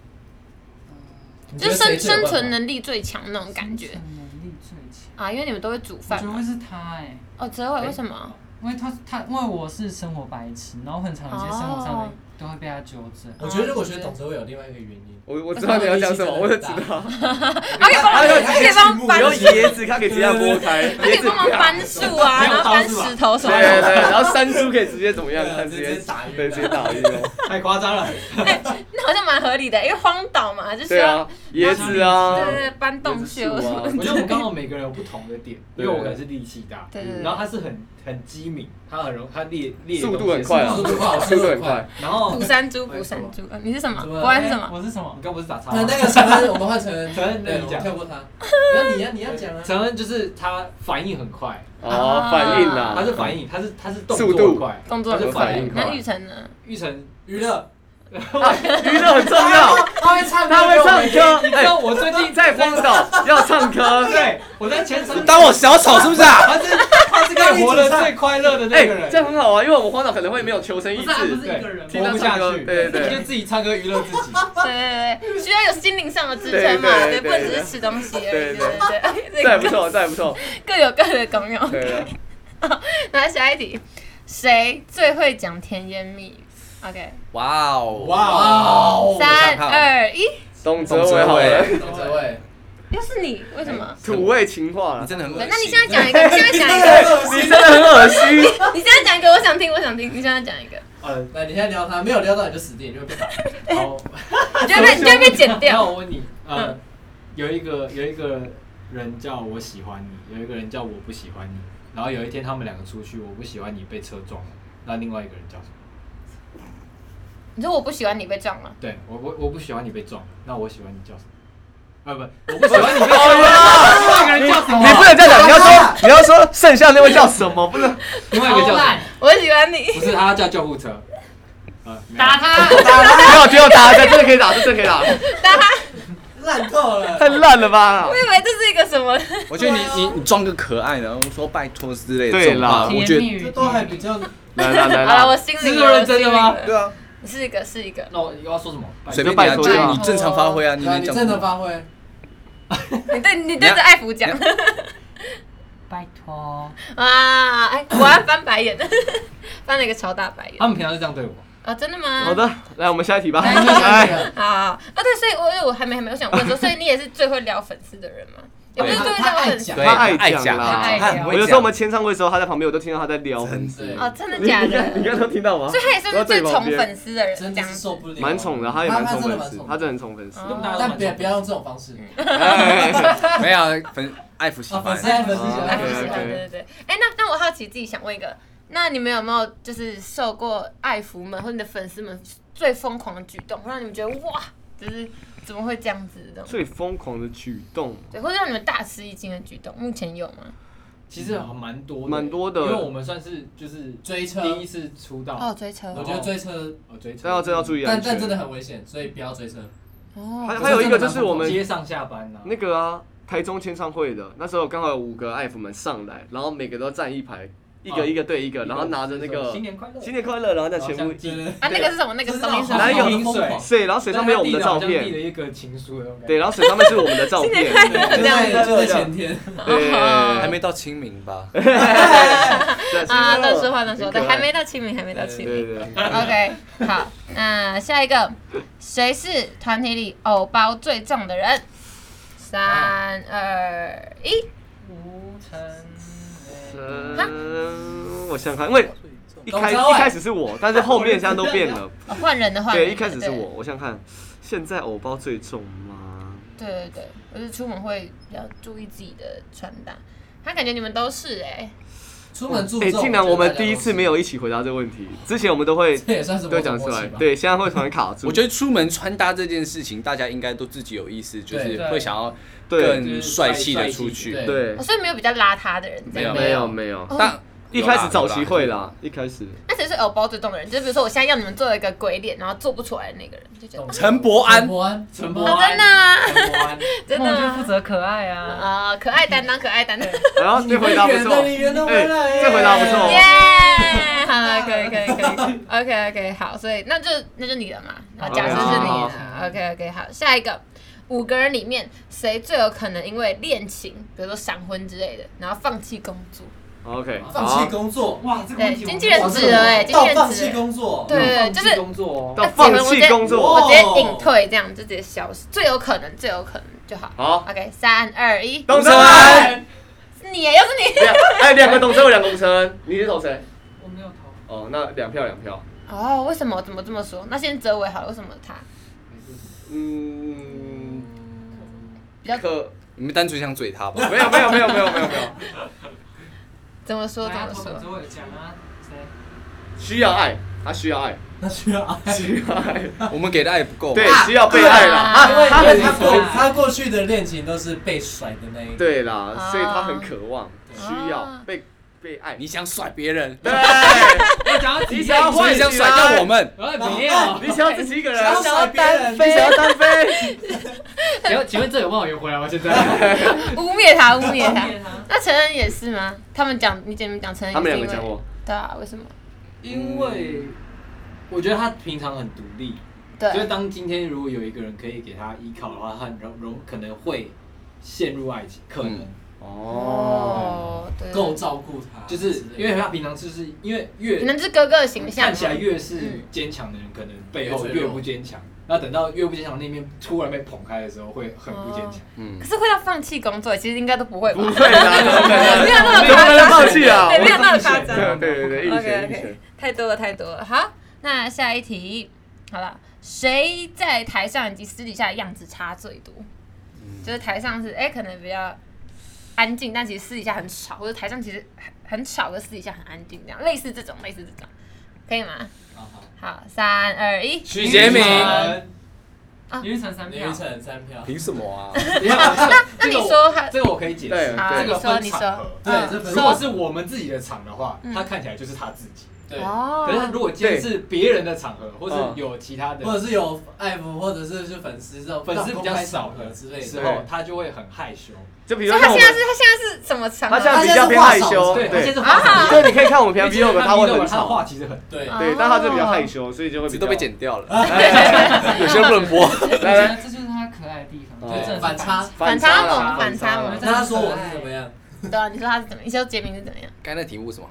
S9: 你觉
S5: 就
S9: 得
S5: 是生
S9: 谁最有
S5: 生
S9: 办法
S5: 存能力最强那种感觉
S10: 能力最强，
S5: 啊，因为你们都会煮
S10: 我
S5: 饭
S10: 觉得
S5: 嘛。
S10: 会是他哎、
S5: 哦，泽伟为什么？
S10: *laughs* 因为他他因为我是生活白痴，然后很常有些生活上
S5: 哦
S10: 的都会被他纠正。啊
S9: 我觉得我
S5: 啊
S9: 觉得董哲伟有另外一个原因，
S6: 我我知道你要讲什么，我就知道，
S5: 啊，可以帮忙，可以帮忙
S6: 你
S5: 搬
S6: 用椰子，它可以直接剥开，
S5: 可
S6: 椰
S5: 以
S6: 子
S5: 帮忙搬树啊，
S7: 没有
S5: 然后
S7: 刀
S5: 搬
S7: 是吧
S5: 石头什
S6: 对
S5: 么的。
S6: 对，对，然后山猪可以直接怎么样？它直
S9: 直
S6: 接
S9: 接打晕
S6: 对，直接打晕哦。
S7: 太夸张了。
S5: 那好像蛮合理的，因为荒岛嘛，就是
S6: 对
S5: 要
S6: 啊，椰子啊
S5: 对，对对搬洞穴
S7: 我
S5: 什 *laughs* 么的。
S7: 觉得啊我们刚好每个人有不同的
S5: *laughs*
S7: 点，因
S6: 对
S7: 为我可能是力气大，
S5: 对对对
S7: 然后他是很很机敏，他很容他列列的
S6: 速度
S7: 东西
S6: 很快啊，
S7: 速
S9: 速
S7: 度
S9: 度
S7: 快，
S8: *laughs*
S9: 快
S6: 速度很快。
S7: 然后
S5: 补
S7: 你
S5: 山猪，补山猪，呃你是什么？
S9: 什么
S5: 不然是
S7: *laughs*
S5: 什么？
S10: 我是什么？
S7: 刚不是打叉
S9: *laughs* 那
S7: 吗？
S9: 那个承恩，我们换承
S7: *laughs*
S9: 恩，
S7: 承恩那你讲
S9: 对我跳过他。那你要你要
S6: *laughs*
S9: 讲啊，
S7: 陈恩就是他反应很快，
S6: 哦，反应啊，
S7: 他是反应，他是他是动
S6: 速度
S7: 作快，
S5: 动作很
S6: 他是
S5: 快
S6: 反应。快啊
S5: 那玉成呢？
S7: 玉成
S9: 娱乐，
S6: 娱乐很重
S7: *laughs*
S6: 要，
S9: 他会唱歌，
S6: 他会唱歌，
S7: 你知道
S6: 哎，
S7: 我最近
S6: *laughs* 在荒岛要唱歌，
S7: *laughs* 对我在全程，
S8: 当我小
S7: *laughs*
S8: 丑是不是啊？
S7: 他是他是可以活得最快乐的那个
S6: 哎，
S7: 人，
S6: 这样很好啊，因为我们荒岛可能会没有求生意
S7: 不是啊不
S6: 志
S7: 是，一个人
S6: 听
S7: 活
S6: 他
S7: 不
S6: 唱
S7: 下
S6: 歌
S7: 去，
S6: 对对对
S7: 你就自己唱歌娱乐自己。
S5: 对对对，需要有心灵上的支撑嘛，
S6: 对对对
S5: 不能只是吃东西而已。对
S6: 对对
S5: 对
S6: *laughs*
S5: 对，
S6: 这还不错，这还不错，
S5: 各有各的功用。
S6: 对
S5: *laughs*
S6: 啊，
S5: 那下一题，谁最会讲甜言蜜语？OK，
S8: 哇哦
S9: 哇
S8: 哦
S9: 哦
S5: 三
S8: 看
S5: 二一，
S6: 董哲伟好
S8: 董
S6: 了
S8: 哲，
S6: *laughs*
S9: 董哲伟，
S5: 又是你，为什么？
S6: 土味情话
S8: 你
S6: 了，
S8: 真
S7: 哎
S8: 的很恶
S5: 对
S8: 心。
S5: 那你现在讲一
S7: *laughs*
S5: 个，你现在讲一个。
S6: 你真的很恶心，
S5: *laughs* 你现在讲一个，我想听，我想听。你现在讲一个，
S9: 呃，那你现在撩他，没有撩到你就死定，你就会被打。
S5: *laughs*
S7: 好，
S5: 你就会被你就会被剪
S7: 那
S5: 掉。
S7: *laughs* 我问你，呃，有一个有一个人叫我喜欢你，有一个人叫我不喜欢你，然后有一天他们两个出去，我不喜欢你被车撞了，那另外一个人叫什么？
S5: 你说我不喜欢你被撞了，
S7: 对我我我不喜欢你被撞，那我喜欢你叫什么？啊不，我不喜欢
S5: *laughs*
S7: 你被
S6: 好
S7: 撞，
S5: 哦
S7: 啊
S6: 了，
S7: 另外一个人叫什
S6: *laughs*
S7: 么？
S6: 你不能这样讲，你要说你要说剩下那位叫什么，不能
S7: *laughs* 另外一个叫什么？
S5: 我喜欢你。
S7: 不是他叫救护车，呃，没有
S5: 打
S6: *laughs*
S5: 他，
S6: 没有，只有打，这真的可以打，这真的可以打，
S5: 打他！
S9: 烂透了，
S6: 太烂了吧
S5: 我。以为这是一个什么？
S8: 我觉得你你你装个可爱，然后说拜托之类的
S6: 对
S8: 这种话，
S6: 啦
S8: 我
S10: 甜
S8: 觉
S10: 言蜜
S8: 得
S10: 语，
S9: 这都还比较
S6: 来来来
S5: 好了，我
S6: 来，
S5: 心
S7: 这
S5: 里
S7: 是认真的吗
S8: 对啊，
S5: 是一个，是一个。
S7: 那我要说什么？
S8: 随便你啊，
S6: 就拜托
S8: 就是
S6: 就好
S8: 你正常发挥啊，你
S9: 那
S8: 能
S9: 你
S8: 讲
S9: 正
S8: 什
S9: 常
S8: 么？
S9: 发挥，
S5: 你对，你对着艾福讲 *laughs*
S10: 拜托，
S5: 啊！哎，果然翻白眼， *laughs* 翻了一个超大白眼
S7: 他们平常是这样对我，
S5: 啊！真的吗？
S6: 好。的，来我们下一题吧。
S9: 来你讲一
S6: 哎，
S9: 个
S5: 好啊，对，所以我我还没还没有想问
S6: *laughs*
S5: 说，所以你也是最会聊粉丝的人吗？也不是最会聊粉丝
S8: 对，
S6: 他爱
S8: 讲
S6: 讲啦
S5: 他
S8: 他
S5: 爱
S8: 很
S5: 讲
S6: 我
S8: 会
S6: 有时候
S8: 讲
S6: 我们签唱会的时候，他在旁边，我都听到他在撩粉丝。
S9: 对，
S5: 哦，真的
S6: 你
S5: 假
S6: 你
S5: 的？
S6: 看，你刚刚都听到吗
S5: 所？以他也算是最
S6: 不要对
S5: 宠
S6: 旁边
S5: 粉丝的人，
S9: 真
S5: 这
S9: 的
S5: 样
S9: 是
S5: 子
S9: 受不了，
S6: 蛮宠的，他也蛮宠
S9: 他真的
S6: 粉
S9: 蛮
S6: 丝
S9: 宠，
S6: 他真的很宠粉丝。哎
S5: 哦
S9: 但别不要用这种方式，
S6: 嗯
S9: *laughs*
S8: 没有粉爱抚喜
S9: 啊，粉
S8: 欢
S9: 丝，爱粉丝
S8: 哦
S9: 喜
S5: 哎，
S9: 欢
S5: 不
S6: 对
S5: 喜
S6: 对
S5: 欢，
S6: 对
S5: 对对对。哎、那那我好奇，自己想问一个，那你们有没有就是受过爱福们或者你的粉丝们最疯狂的举动，会让你们觉得哇，就是怎么会这样子的东西？
S6: 最疯狂的举动，
S5: 对，或者让你们大吃一惊的举动，目前有吗？
S7: 其实还蛮多的
S6: 蛮多的
S7: 因为我们算是就是
S9: 追车
S7: 第一次出道，
S5: 哦，追车
S9: 我，觉得追车，
S7: 哦追车，
S6: 但要真的要注意啊
S9: 但
S6: 安
S9: 但
S6: 全
S9: 真。的很危险，所以不要追车。
S6: 还
S5: 哦，
S6: 还有一个就是我们
S7: 接上下班呐、
S6: 那啊个啊，台中签唱会的那时候刚好有五个爱粉们上来，然后每个都站一排，一个一个对一个，然后拿着那个新年快乐，然后再全部一
S5: 啊，那个是什么？那个是什么？
S6: 哪有水？然后水上面有我们的照
S7: 递了
S6: 片，
S7: 一个情书的那种感觉。
S6: 对，然后水上面是我们的照片，
S5: 新年快乐
S6: 对
S5: 这样子
S6: 对对
S5: 就是前
S11: 天
S6: 对，
S8: 还没到清明吧？
S5: 啊，乱说话乱说，
S8: 很可
S5: 对，
S8: 爱
S5: 还没到清明，还没到清
S6: 对
S5: 明。
S6: 对对。
S5: OK，好，那下一个，谁是团体里偶包最重的人？三二一，
S7: 吴晨，
S6: 嗯，我想看，因为一开
S5: 董超
S6: 一
S5: 哎
S6: 开始是我，但是后面现在都变了。
S5: 哦 *laughs* 换人的换人
S6: 对，
S5: 的
S6: 一开始
S5: 对
S6: 是我，我想看，现在偶包最重吗？
S5: 对对对，我就是出门会比较注意自己的穿搭。他感觉你们都是哎、
S11: 出门注重
S6: 哎，竟然我
S11: 我觉得
S6: 们
S11: 大家
S6: 第一次没有一起回答这个问题，之前我们都会
S11: 这也算是某
S6: 都
S11: 种
S6: 讲出
S11: 默
S6: 来
S11: 契，吧
S6: 哎对，现在会突然卡住。
S8: 我觉得出门穿搭这件事情，大家应该都自己有意识，就是
S6: 对
S8: 会想要
S6: 对
S8: 更帅气的出去。
S6: 对对
S5: 哦所以没有比较邋遢的人这
S6: 没有
S5: 样。
S6: 没有没有
S5: 哦，
S6: 但一开始早期会
S8: 有
S6: 啦，一开始
S5: 那谁是偶包最重的人？就是比如说我现在要你们做一个鬼脸，然后做不出来的那个人，就觉得
S8: 陈伯安，
S7: 陈
S5: 啊 *laughs* 真的吗？真的
S10: 那我就
S5: 吗
S10: 负责可爱啊。
S5: 啊、可爱担当，可爱担当。
S6: 然后这回答不错，
S5: 你远的你远的回来
S6: 哎这回答不错，哦
S5: 耶、好了，可以可以可以，OK OK，好，所以那就那就你了嘛，然后假设是你
S6: 好
S5: 了，OK OK，好，下一个。五个人里面，谁最有可能因为恋情，比如说闪婚之类的，然后放弃工作？
S6: OK，
S7: 放
S6: 好
S7: 弃工作，哇，这个问
S5: 对
S7: 题我
S5: 经纪人
S7: 哇
S5: 指了欸
S7: 这个
S5: 经纪人
S7: 到放
S5: 指了
S7: 弃工作，
S5: 对对对
S7: 哦放
S5: 就
S7: 弃
S5: 是
S7: 工作，
S5: 那结婚我直接我直接隐退，这样就直接消失，最有可能，最有可能就好。
S6: 好
S5: ，OK，三二一，
S6: 董承恩，
S5: 是你耶，又是你。
S6: 哎，两个董承恩，两个董承恩，你是投谁？我没有投。哦，那两票两票。
S5: *laughs* 哦，为什么？怎么这么说？那先哲伟好了，为什么他？ *laughs*
S6: 嗯，
S5: 比较
S6: 可
S8: 你们单纯想嘴他吧？
S6: 没有没有没有没有没有没有，
S8: *laughs*
S5: 怎么说？怎
S7: 来
S5: 么
S10: 哎
S5: 说？
S7: 周伟讲啊，谁
S6: 需要爱，他需要爱，
S7: 那需要爱，
S6: 需要爱，
S8: 我们给的爱不够，
S6: 对，需要被爱啦。
S11: 啊因为
S6: 啊，
S11: 他
S6: 他
S11: 他过他过去的恋情都是被甩的那一个，
S6: 对
S5: 啊
S6: 啦，所以他很渴望，需要被被爱。
S8: 你想甩别人，
S6: 对，啊
S7: 我想要
S6: 你想要
S8: 所
S6: 换
S8: 以想甩掉我们。
S7: 我
S9: 哦
S7: 没
S11: *laughs*
S7: 有。
S6: 你想要自己一个人，
S11: 哦想要甩别人
S6: 你想要单飞，
S7: 请问请问这有办法圆回来吗？现在
S11: *laughs*
S5: 污蔑他，污蔑他
S7: 污蔑他。
S5: 那陈恩也是吗？他们讲你姐妹讲陈恩，
S6: 他们两个讲我。
S5: 对啊，为什么？
S7: 因为我觉得他平常很独立，
S5: 对
S7: 所以当今天如果有一个人可以给他依靠的话，他很容容可能会陷入爱情，可能。
S5: 哦，对，
S11: 够照顾他，
S7: 就是因为他平常就是因为越
S5: 可能是哥哥的形象嘛
S7: 看起来越是
S5: 嗯
S7: 坚强的人，可能背后越不坚强。那等到越不坚强那面突然被捧开的时候，会很不坚强。
S8: 嗯
S5: 哦可，是会到放弃工作，其实应该都不会吧？
S6: 不会啦，怎么可
S5: *laughs*
S6: 能？
S5: 没有那么
S6: 你怎么
S5: 夸
S6: 能
S5: 张，
S6: 放弃啊？
S5: 对，没有那么夸张。
S6: 对对对，一
S5: OK
S6: 拳一拳
S5: OK，。太 *laughs* 多了太多了。好，那下一题，好了，谁在台上以及私底下的样子差最多？
S6: 嗯
S5: 就是台上是哎、可能比较安静，但其实私底下很吵，或者台上其实很很吵，可是私底下很安静，这样类似这种类似这种，可以吗？好，三二一，哦
S8: 许杰明，
S7: 因为成三
S11: 李宇辰三票，
S8: 凭什
S7: *laughs*
S8: 么啊？
S5: 那你说他
S7: 这个我可以解释，
S5: 好
S7: 这个分
S5: 你
S7: 场
S5: 说
S7: 合。
S5: 你说嗯
S7: 对，
S11: 说
S7: 如果是我们自己的场的话，他看起来就是他自己。
S11: 对，
S5: 哦
S7: 可是如果今天是别人的场合，或是有其
S9: 嗯
S7: 他的
S11: 或者是有爱慕，或者是是粉丝这种
S7: 粉丝比较
S11: 公
S7: 少
S11: 开场合
S7: 的
S11: 之类
S7: 时
S11: 的，
S7: 候，他就会很害羞。
S6: 就比如
S5: 所
S6: 说
S5: 以他
S6: 像我
S5: 现
S6: 们
S5: 在是，他现在是什么场合？
S6: 他现在比较偏害羞，
S7: 对，他现在
S6: 对啊
S7: 是。话少
S6: 所以你可以看我们平常 v
S7: 因
S6: o
S7: 为
S6: g 他会很
S7: 他的
S6: 吵，
S7: 话其实很
S11: 对，
S5: 啊
S6: 对，但他就比较害羞，所以就会比
S8: 这
S6: 较
S8: 都被剪掉了，有些不能播。
S6: 啊来来，
S9: 这就是他可爱的地方，
S6: 哦
S9: 就真的是
S11: 反差
S5: 反差萌，反差
S6: 了
S5: 萌。
S11: 那他说我是怎么样？
S5: 对啊，你说他是怎么？你说杰明是怎么样？
S8: 刚才那题目是什么？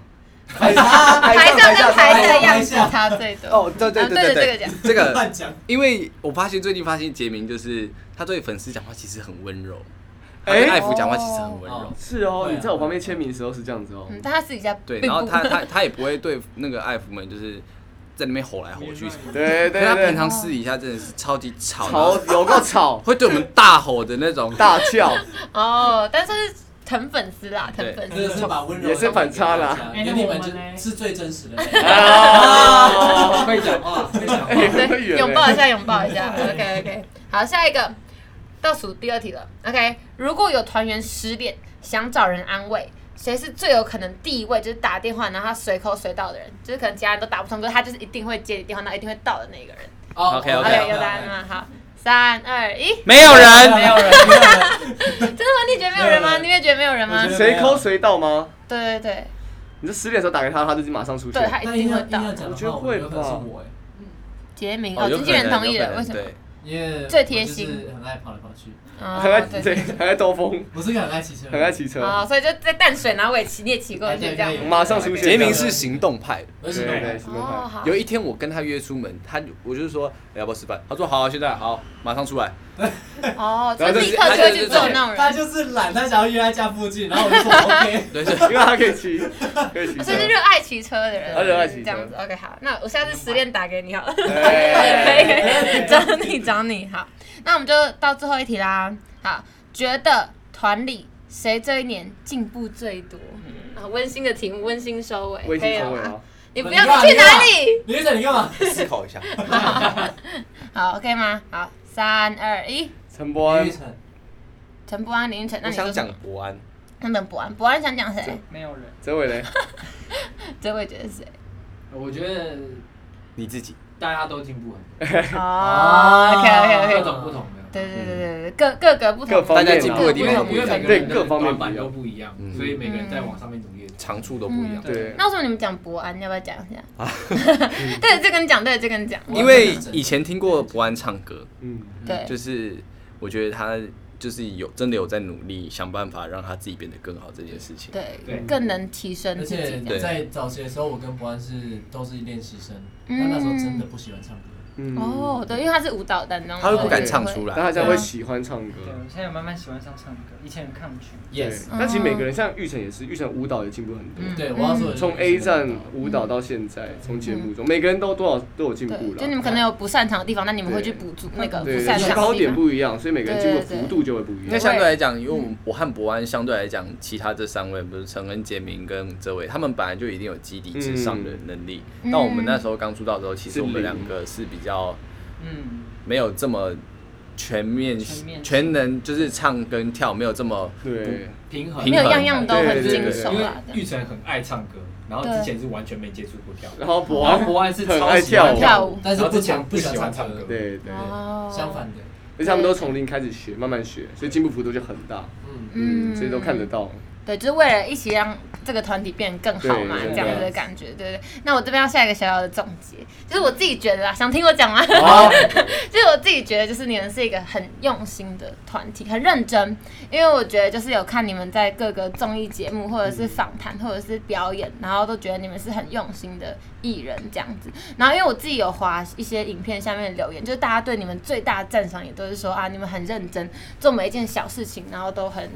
S11: 反差，
S5: 台上跟台下
S11: 台
S5: 的样
S11: 下
S5: 子差最多。
S8: 哦，对对
S5: 啊对对
S8: 对
S5: 这个
S8: 对
S5: 讲，
S8: 这个，
S11: 乱讲，
S8: 因为我发现最近发现杰明就是他对粉丝讲话其实很温柔，他
S6: 哎
S8: 跟艾福讲话其实很温柔
S11: 哦，
S6: 是哦，你在我旁边签名的时候是这样子哦，
S5: 啊嗯，但他私底下
S8: 对，
S5: 并
S8: 然后
S5: 不
S8: 他他他也不会对那个艾福们就是在那边吼来吼去什么的。
S6: 对对
S8: 可他平
S6: 对，
S8: 常私底下真的是超级吵，
S6: 吵有够吵，
S8: 会对我们大吼的那种。
S6: 大
S5: *laughs*
S6: 叫，
S5: 哦，但是疼粉丝啦，疼粉
S11: 真的是
S5: 丝。
S11: 把温柔
S6: 也是反差啦
S11: 因为你们就是最真实的那一面。
S8: 哦
S6: 啊，
S7: 哦会讲话，会讲
S11: *laughs*
S7: 话。
S5: 哦对，拥抱一下，拥抱一
S9: *laughs*
S5: 下。OK OK，好，下一个倒数第二题了。OK，如果有团员失恋，想找人安慰，谁是最有可能第一位就是打电话，然后他随口随到的人，就是可能其他人都打不通，可是他就是一定会接你电话，那一定会到的那个人。
S11: 哦
S8: OK，
S5: OK，有答案吗？好，三二一，
S8: 没有
S11: 没
S8: 人，
S5: *laughs*
S11: 有人，
S5: 真的吗？你觉得没有人吗？你也觉得没有人吗？
S6: 谁抠谁到吗？
S5: 对对对，
S6: 你这十点的时候打给他，他就马上出现。
S5: 对他一定会到
S6: 我觉得会吧。
S7: 欸
S5: 杰明
S6: 哦
S5: 哦，
S6: 有
S5: 经纪人
S6: 可能
S5: 同意
S6: 有可
S5: 了，
S6: 能
S5: 为什么？
S6: 对
S9: 因为
S5: 最贴
S9: 呃我就
S5: 心
S9: 是很爱跑来跑去，
S5: 哦
S6: 很爱
S5: 对
S6: 对，很爱兜风。
S9: 我是个很爱骑车，
S6: 很爱骑车。
S5: 哦，所以就在淡水，然后我也骑，你也骑
S10: 哎
S5: 过去这样。
S6: 马上出现
S8: 杰明是行动派的，
S9: 我
S6: 是行动派对对行动派哦
S5: 好
S8: 有一天我跟他约出门，他我就是说哎要不要吃饭，他说好啊，现在好，马上出来。
S5: 哦，就
S8: 然后就是
S5: 立刻就会去做那种
S9: 他
S5: 人，
S9: 就是懒，他想要约在家附近，然后我就说 OK。
S8: 对对，
S6: 因为他可以骑，可以骑车。
S5: 哦所以是热爱骑车的人，
S6: 他热爱骑车
S5: 这样子。OK，好，那我下次十点打给你好了。可以
S6: 对
S5: 可以，找你找你好，那我们就到最后一题啦。好，觉得团里谁这一年进步最多？
S10: 嗯
S5: 啊，温馨的题目，温馨收尾，
S6: 微
S5: 可以了
S6: 信
S9: 啊
S6: 成为
S5: 吗
S6: 吗？
S5: 你不要去哪里？
S9: 李院你干嘛？
S8: 思考一下。
S5: 好，OK 吗？好，三二一，
S6: 陈伯安
S9: 玉，成，
S5: 陈伯安、林依晨，那
S8: 我
S5: 你说
S8: 想
S5: 什么
S8: 讲伯安，
S5: 那等伯安，伯安想讲谁？
S10: 没有人，
S6: 哲伟嘞，
S5: *laughs* 这位觉得谁？
S7: 我觉得
S8: 你自己
S7: 大家都进步很多，啊
S5: 哦，OK OK
S7: 各
S5: OK，
S7: 种不同的。
S5: 对对对对对，各各个不同，
S6: 嗯各方面啊
S8: 大家进步的地
S7: 因
S8: 方都
S7: 为因
S8: 不一
S7: 为
S8: 样
S7: 每个
S6: 对
S7: 人
S6: 各
S7: 的
S6: 方面不一
S7: 短板都
S6: 样，
S7: 不一样，
S8: 嗯
S7: 所以每个人在往上面努力。
S8: 长处都不一样。
S6: 对。
S5: 嗯那为什么你们讲伯安？要不要讲一下？
S6: 啊
S5: *laughs* 对，这个你讲，对，这个你讲。
S8: 因为以前听过伯安唱歌，
S6: 嗯，
S5: 对，
S8: 就是我觉得他就是有真的有在努力想办法让他自己变得更好这件事情。
S5: 对，
S7: 对
S5: 更能提升
S9: 而
S5: 自己
S9: 且
S5: 的。
S9: 在早期的时候，我跟伯安是都是练习生，
S5: 嗯
S9: 他那时候真的不喜欢唱歌，
S6: 嗯
S5: 哦，对，因为他是舞蹈担当，
S8: 他会不敢
S5: 对啊
S8: 唱出
S6: 但
S8: 来，
S6: 他这样会喜欢唱歌
S10: 对，。我现在有慢慢喜欢上唱歌，以前很抗拒。
S6: 对
S9: Yes，
S6: 但其实每个人，像玉成也是，玉成舞蹈也进步很多。
S5: 嗯
S9: 对，我要说的是
S6: 从 A 站舞蹈到现在，从节目中，每个人都多少都有进步
S5: 嗯对，
S6: 了。
S5: 就你们可能有不擅长的地方，那你们会去补足那个不
S6: 对
S5: 擅
S6: 对，
S5: 长
S6: 高
S5: 的地
S6: 点
S5: 方。
S6: 不一样，所以每个人进步的
S5: 对对
S6: 幅度就会不一
S8: 因为
S6: 样。
S8: 相对来讲，因为我
S5: 嗯
S8: 们我和伯安相对来讲，其他这三位，比如陈恩、杰明跟哲伟，他们本来就一定有基底之上的能力。
S5: 嗯
S8: 但我们那时候刚出道的时候，其
S6: 是
S8: 实我们
S6: 零
S8: 两个是比较
S10: 嗯，
S8: 没有这么全面、
S10: 全面
S8: 全能，就是唱跟跳没有这么
S6: 对，
S7: 平衡
S8: 平
S5: 没
S8: 衡
S5: 有样样都很
S6: 对对
S5: 精
S6: 对
S5: 手
S7: 因为
S5: 啦，这样
S7: 玉成很爱唱歌，然后之前是完全没接触过跳舞，
S6: 然后博
S7: 然后
S6: 安，
S7: 国安是
S6: 很
S7: 超
S6: 爱
S7: 喜
S6: 跳
S7: 欢
S6: 舞
S5: 跳舞
S9: 但是
S7: 然后
S9: 不
S7: 之前
S9: 讲不喜
S7: 喜
S9: 欢
S7: 欢
S9: 唱
S7: 唱
S9: 歌
S7: 歌，
S6: 对对，而
S5: 哦
S9: 相反的，
S6: 且他们都从零开始学，慢慢学，所以进步幅度就很大。嗯，所以都看得到。
S5: 对，就是为了一起让这个团体变更好嘛，
S6: 对
S5: 这样子的感觉，对对。那我这边要下一个小小的总结，就是我自己觉得啦，啊想听我讲吗？*laughs*
S6: 好，
S5: 就是我自己觉得，就是你们是一个很用心的团体，很认真。因为我觉得就是有看你们在各个综艺节目，或者是访谈，或者是表演，然后都觉得你们是很用心的艺人这样子。然后因为我自己有划一些影片下面的留言，就是大家对你们最大的赞赏也都是说啊，你们很认真，做每一件小事情，然后都很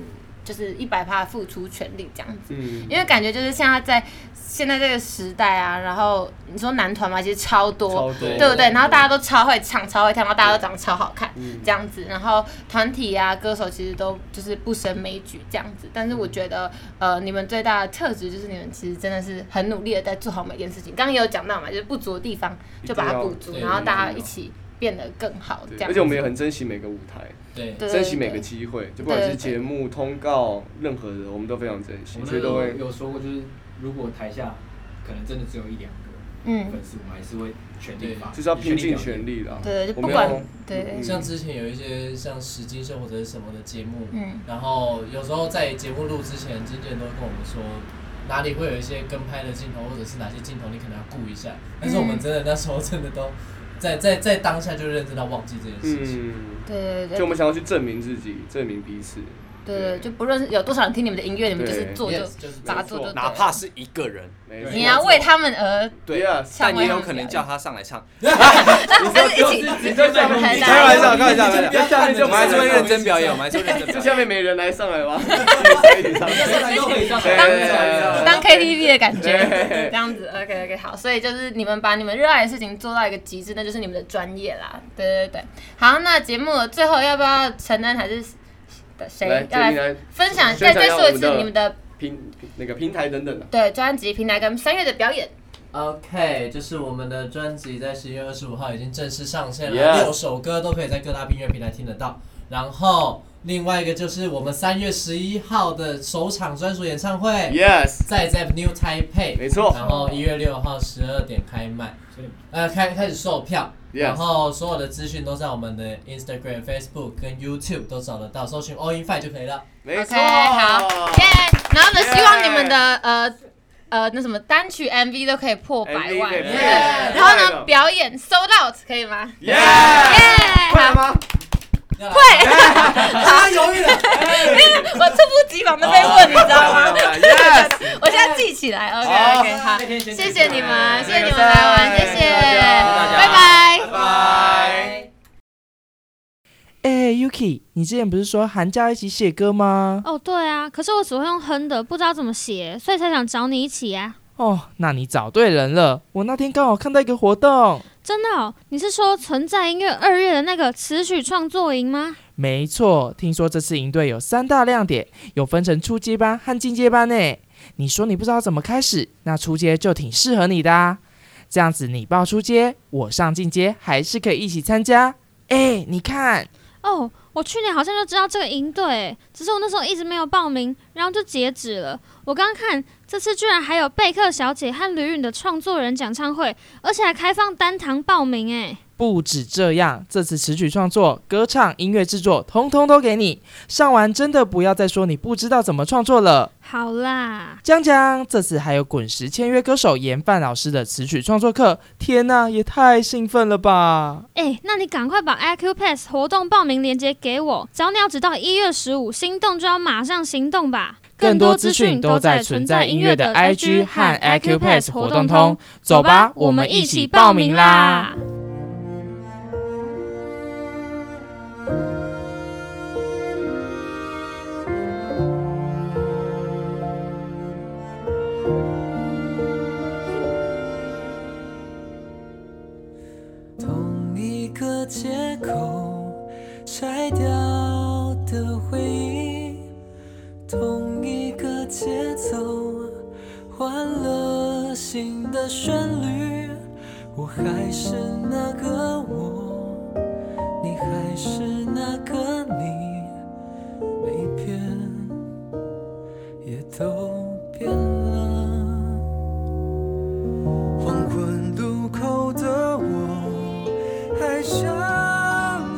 S5: 就是一百趴付出全力这样子。
S6: 嗯，
S5: 因为感觉就是现在在现在这个时代啊，然后你说男团嘛，其实超多，
S6: 超多
S5: 对不对？然后大家都超会唱、超会跳，然后大家都长得超好看，这样子。然后团体啊、歌手其实都就是不胜枚举这样子。但是我觉得，呃，你们最大的特质就是你们其实真的是很努力的在做好每件事情。刚刚也有讲到嘛，就是不足的地方就把它补足，
S9: 一定要
S5: 然后大家
S6: 对
S5: 一起变得更好这
S6: 对
S5: 样
S6: 而
S5: 子。
S6: 且我们也很珍惜每个舞台，
S9: 对，
S5: 对
S6: 珍惜每个机会，就不管是节目、通告，任何的，我们都非常珍
S7: 我
S6: 惜，
S7: 们
S6: 所
S7: 那
S6: 以
S7: 时
S6: 都
S7: 候
S6: 会
S7: 有说过，就是如果台下可能真的只有一两个
S5: 嗯，
S7: 粉丝，我们还是会全力发，
S6: 就是要拼尽全
S7: 力
S6: 力啦。
S5: 对，就
S6: 我
S5: 不
S6: 嗯们
S5: 管
S6: 要
S5: 对对
S9: 像之前有一些像实境秀或者是什么的节目，
S5: 嗯
S9: 然后有时候在节目录之前，经纪人都会跟我们说。哪里会有一些跟拍的镜头，或者是哪些镜头你可能要顾一下。但是我
S5: 嗯
S9: 们真的那时候真的都在在在当下就认真到忘记这件事情。
S6: 嗯，
S5: 对对对
S6: 就我们想要去证明自己，证明彼此，
S5: 对对，就不论是有多少人听你们的音乐，你们就是
S6: 对
S5: 做就
S9: Yes，就是
S5: 把它做就对了
S8: 哪怕是一个人，
S6: 没
S5: 你要为他们而，
S8: 对
S6: 啊，
S5: 像
S8: 但也
S5: 我
S8: 有
S5: 们
S8: 可能
S5: 表
S8: 叫他上来唱。
S5: *laughs* 但
S6: 哎
S5: 是一起
S7: 直接在
S5: 开玩笑
S8: 开玩笑，开玩笑，开玩笑。
S6: 下面就
S8: 我们还是会认真表演，我们还是会
S6: *laughs*
S8: 认真
S6: 这
S8: 表
S6: 下
S8: 演。
S6: 面没人来上来吧？
S5: 当
S6: 对对
S5: 当 KTV 的感觉
S6: 对，
S5: 这样子。OK OK，好，所以就是你们把你们热爱的事情做到一个极致，那就是你们的专业啦。对对对，好，那节目的最后要不要承认还是谁
S6: 来，
S5: 要
S6: 这边
S5: 来
S6: 来
S5: 分享？再
S6: 宣传
S5: 再
S6: 一下
S5: 说
S6: 我
S5: 一
S6: 们
S5: 次
S6: 的
S5: 你们的
S6: 平平那个平台等啊等的。
S5: 对专辑平台跟三月的表演。
S9: OK，就是我们的专辑在十一月二十五号已经正式上线了
S6: Yeah
S9: 六首歌都可以在各大音乐平台听得到。然后另外一个就是我们三月十一号的首场专属演唱会
S6: Yes，
S9: 在 Zep New Taipei，
S6: 没错
S9: 然后一月六号十二点开卖
S7: 所以，
S9: 呃，开开始售票。
S6: Yes
S9: 然后所有的资讯都在我们的 Instagram、Facebook 跟 YouTube 都找得到，搜寻 All In Five 就可以了。
S6: 没错。
S5: OK，好，耶！然后呢，希望你们的呃呃那什么单曲 MV 都可以破百万
S6: MV 可以破
S5: 对
S6: 百
S5: 然
S6: 万
S5: 后
S6: 太棒
S5: 呢
S6: 了
S5: 表演 sold out 可以吗？
S6: 耶会吗？
S5: 会，
S11: 他犹
S5: *laughs*
S11: 豫了，
S5: 我猝不及防的被问，你知道吗？
S6: Yes
S5: *laughs* 我现在记起来，OK OK，好，谢谢你们，谢谢你们来玩，谢谢，拜拜，拜拜。
S4: 哎、y u k i 你之前不是说寒假一起写歌吗？
S12: 哦，对啊，可是我只会用哼的，不知道怎么写，所以才想找你一起啊。
S4: 哦，那你找对人了。我那天刚好看到一个活动，
S12: 真的、哦，你是说存在音乐二月的那个词曲创作营吗？
S4: 没错，听说这次营队有三大亮点，有分成初阶班和进阶班呢。你说你不知道怎么开始，那初阶就挺适合你的啊。这样子你报初阶，我上进阶，还是可以一起参加。哎、你看，
S12: 哦，我去年好像就知道这个营队，只是我那时候一直没有报名，然后就截止了。我刚刚看这次居然还有贝克小姐和吕允的创作人讲唱会，而且还开放单堂报名哎。
S4: 不止这样，这次词曲创作、歌唱、音乐制作，通通都给你。上完真的不要再说你不知道怎么创作了。
S12: 好啦，
S4: 江江这次还有滚石签约歌手严范老师的词曲创作课，天呐，也太兴奋了吧！
S12: 哎，那你赶快把 IQ Pass 活动报名链接给我，早鸟只到一月十五，心动就要马上行动吧。
S4: 更多资讯都在存在音乐的 IG 和 IQ Pass 活动通。走吧，我们一起报名啦！
S3: 同一个借口拆掉的回忆，同一个节奏换了新的旋律，我还是那个我，你还是那个你，没变，也都变了。黄昏路口的我，还想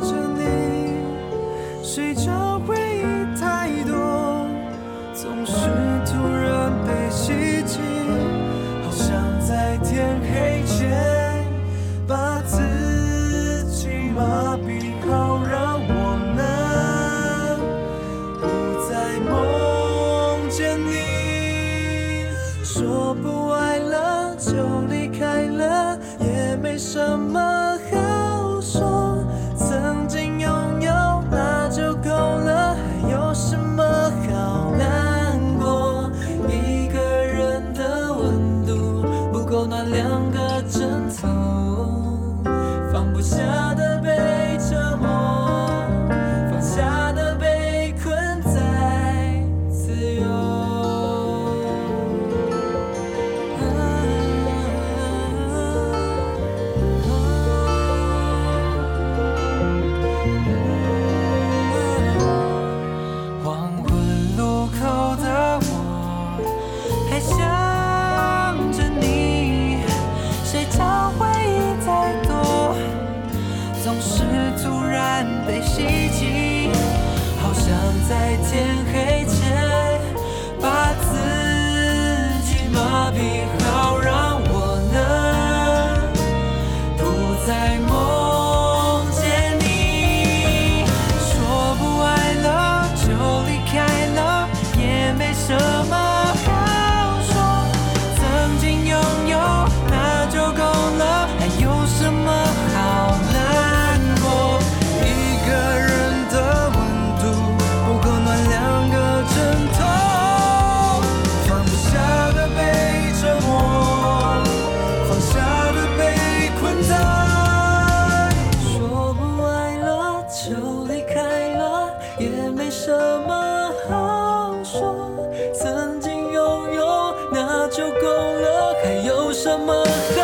S3: 着你，随着回忆太多，总是突然被袭击，好想在天黑前把自己麻痹好，让我能不再梦见你。说不爱了就离开了，也没什么好说。曾经拥有那就够了，还有什么好难过？一个人的温度不够暖两个枕头，放不下的被折磨，放下的被困在自由。黄昏路口的我，还想着你，谁叫回忆太多，总是突然被袭击，好想在天黑前把自己麻痹好，让我能。不再梦见你。说不爱了就离开了，也没什么好说。曾经拥有那就够了，还有什么好难过？一个人的温度不够暖两个枕头，放不下的被折磨。放下的被困在。说不爱了就离开了，也没什么好说。曾经拥有那就够了，还有什么好？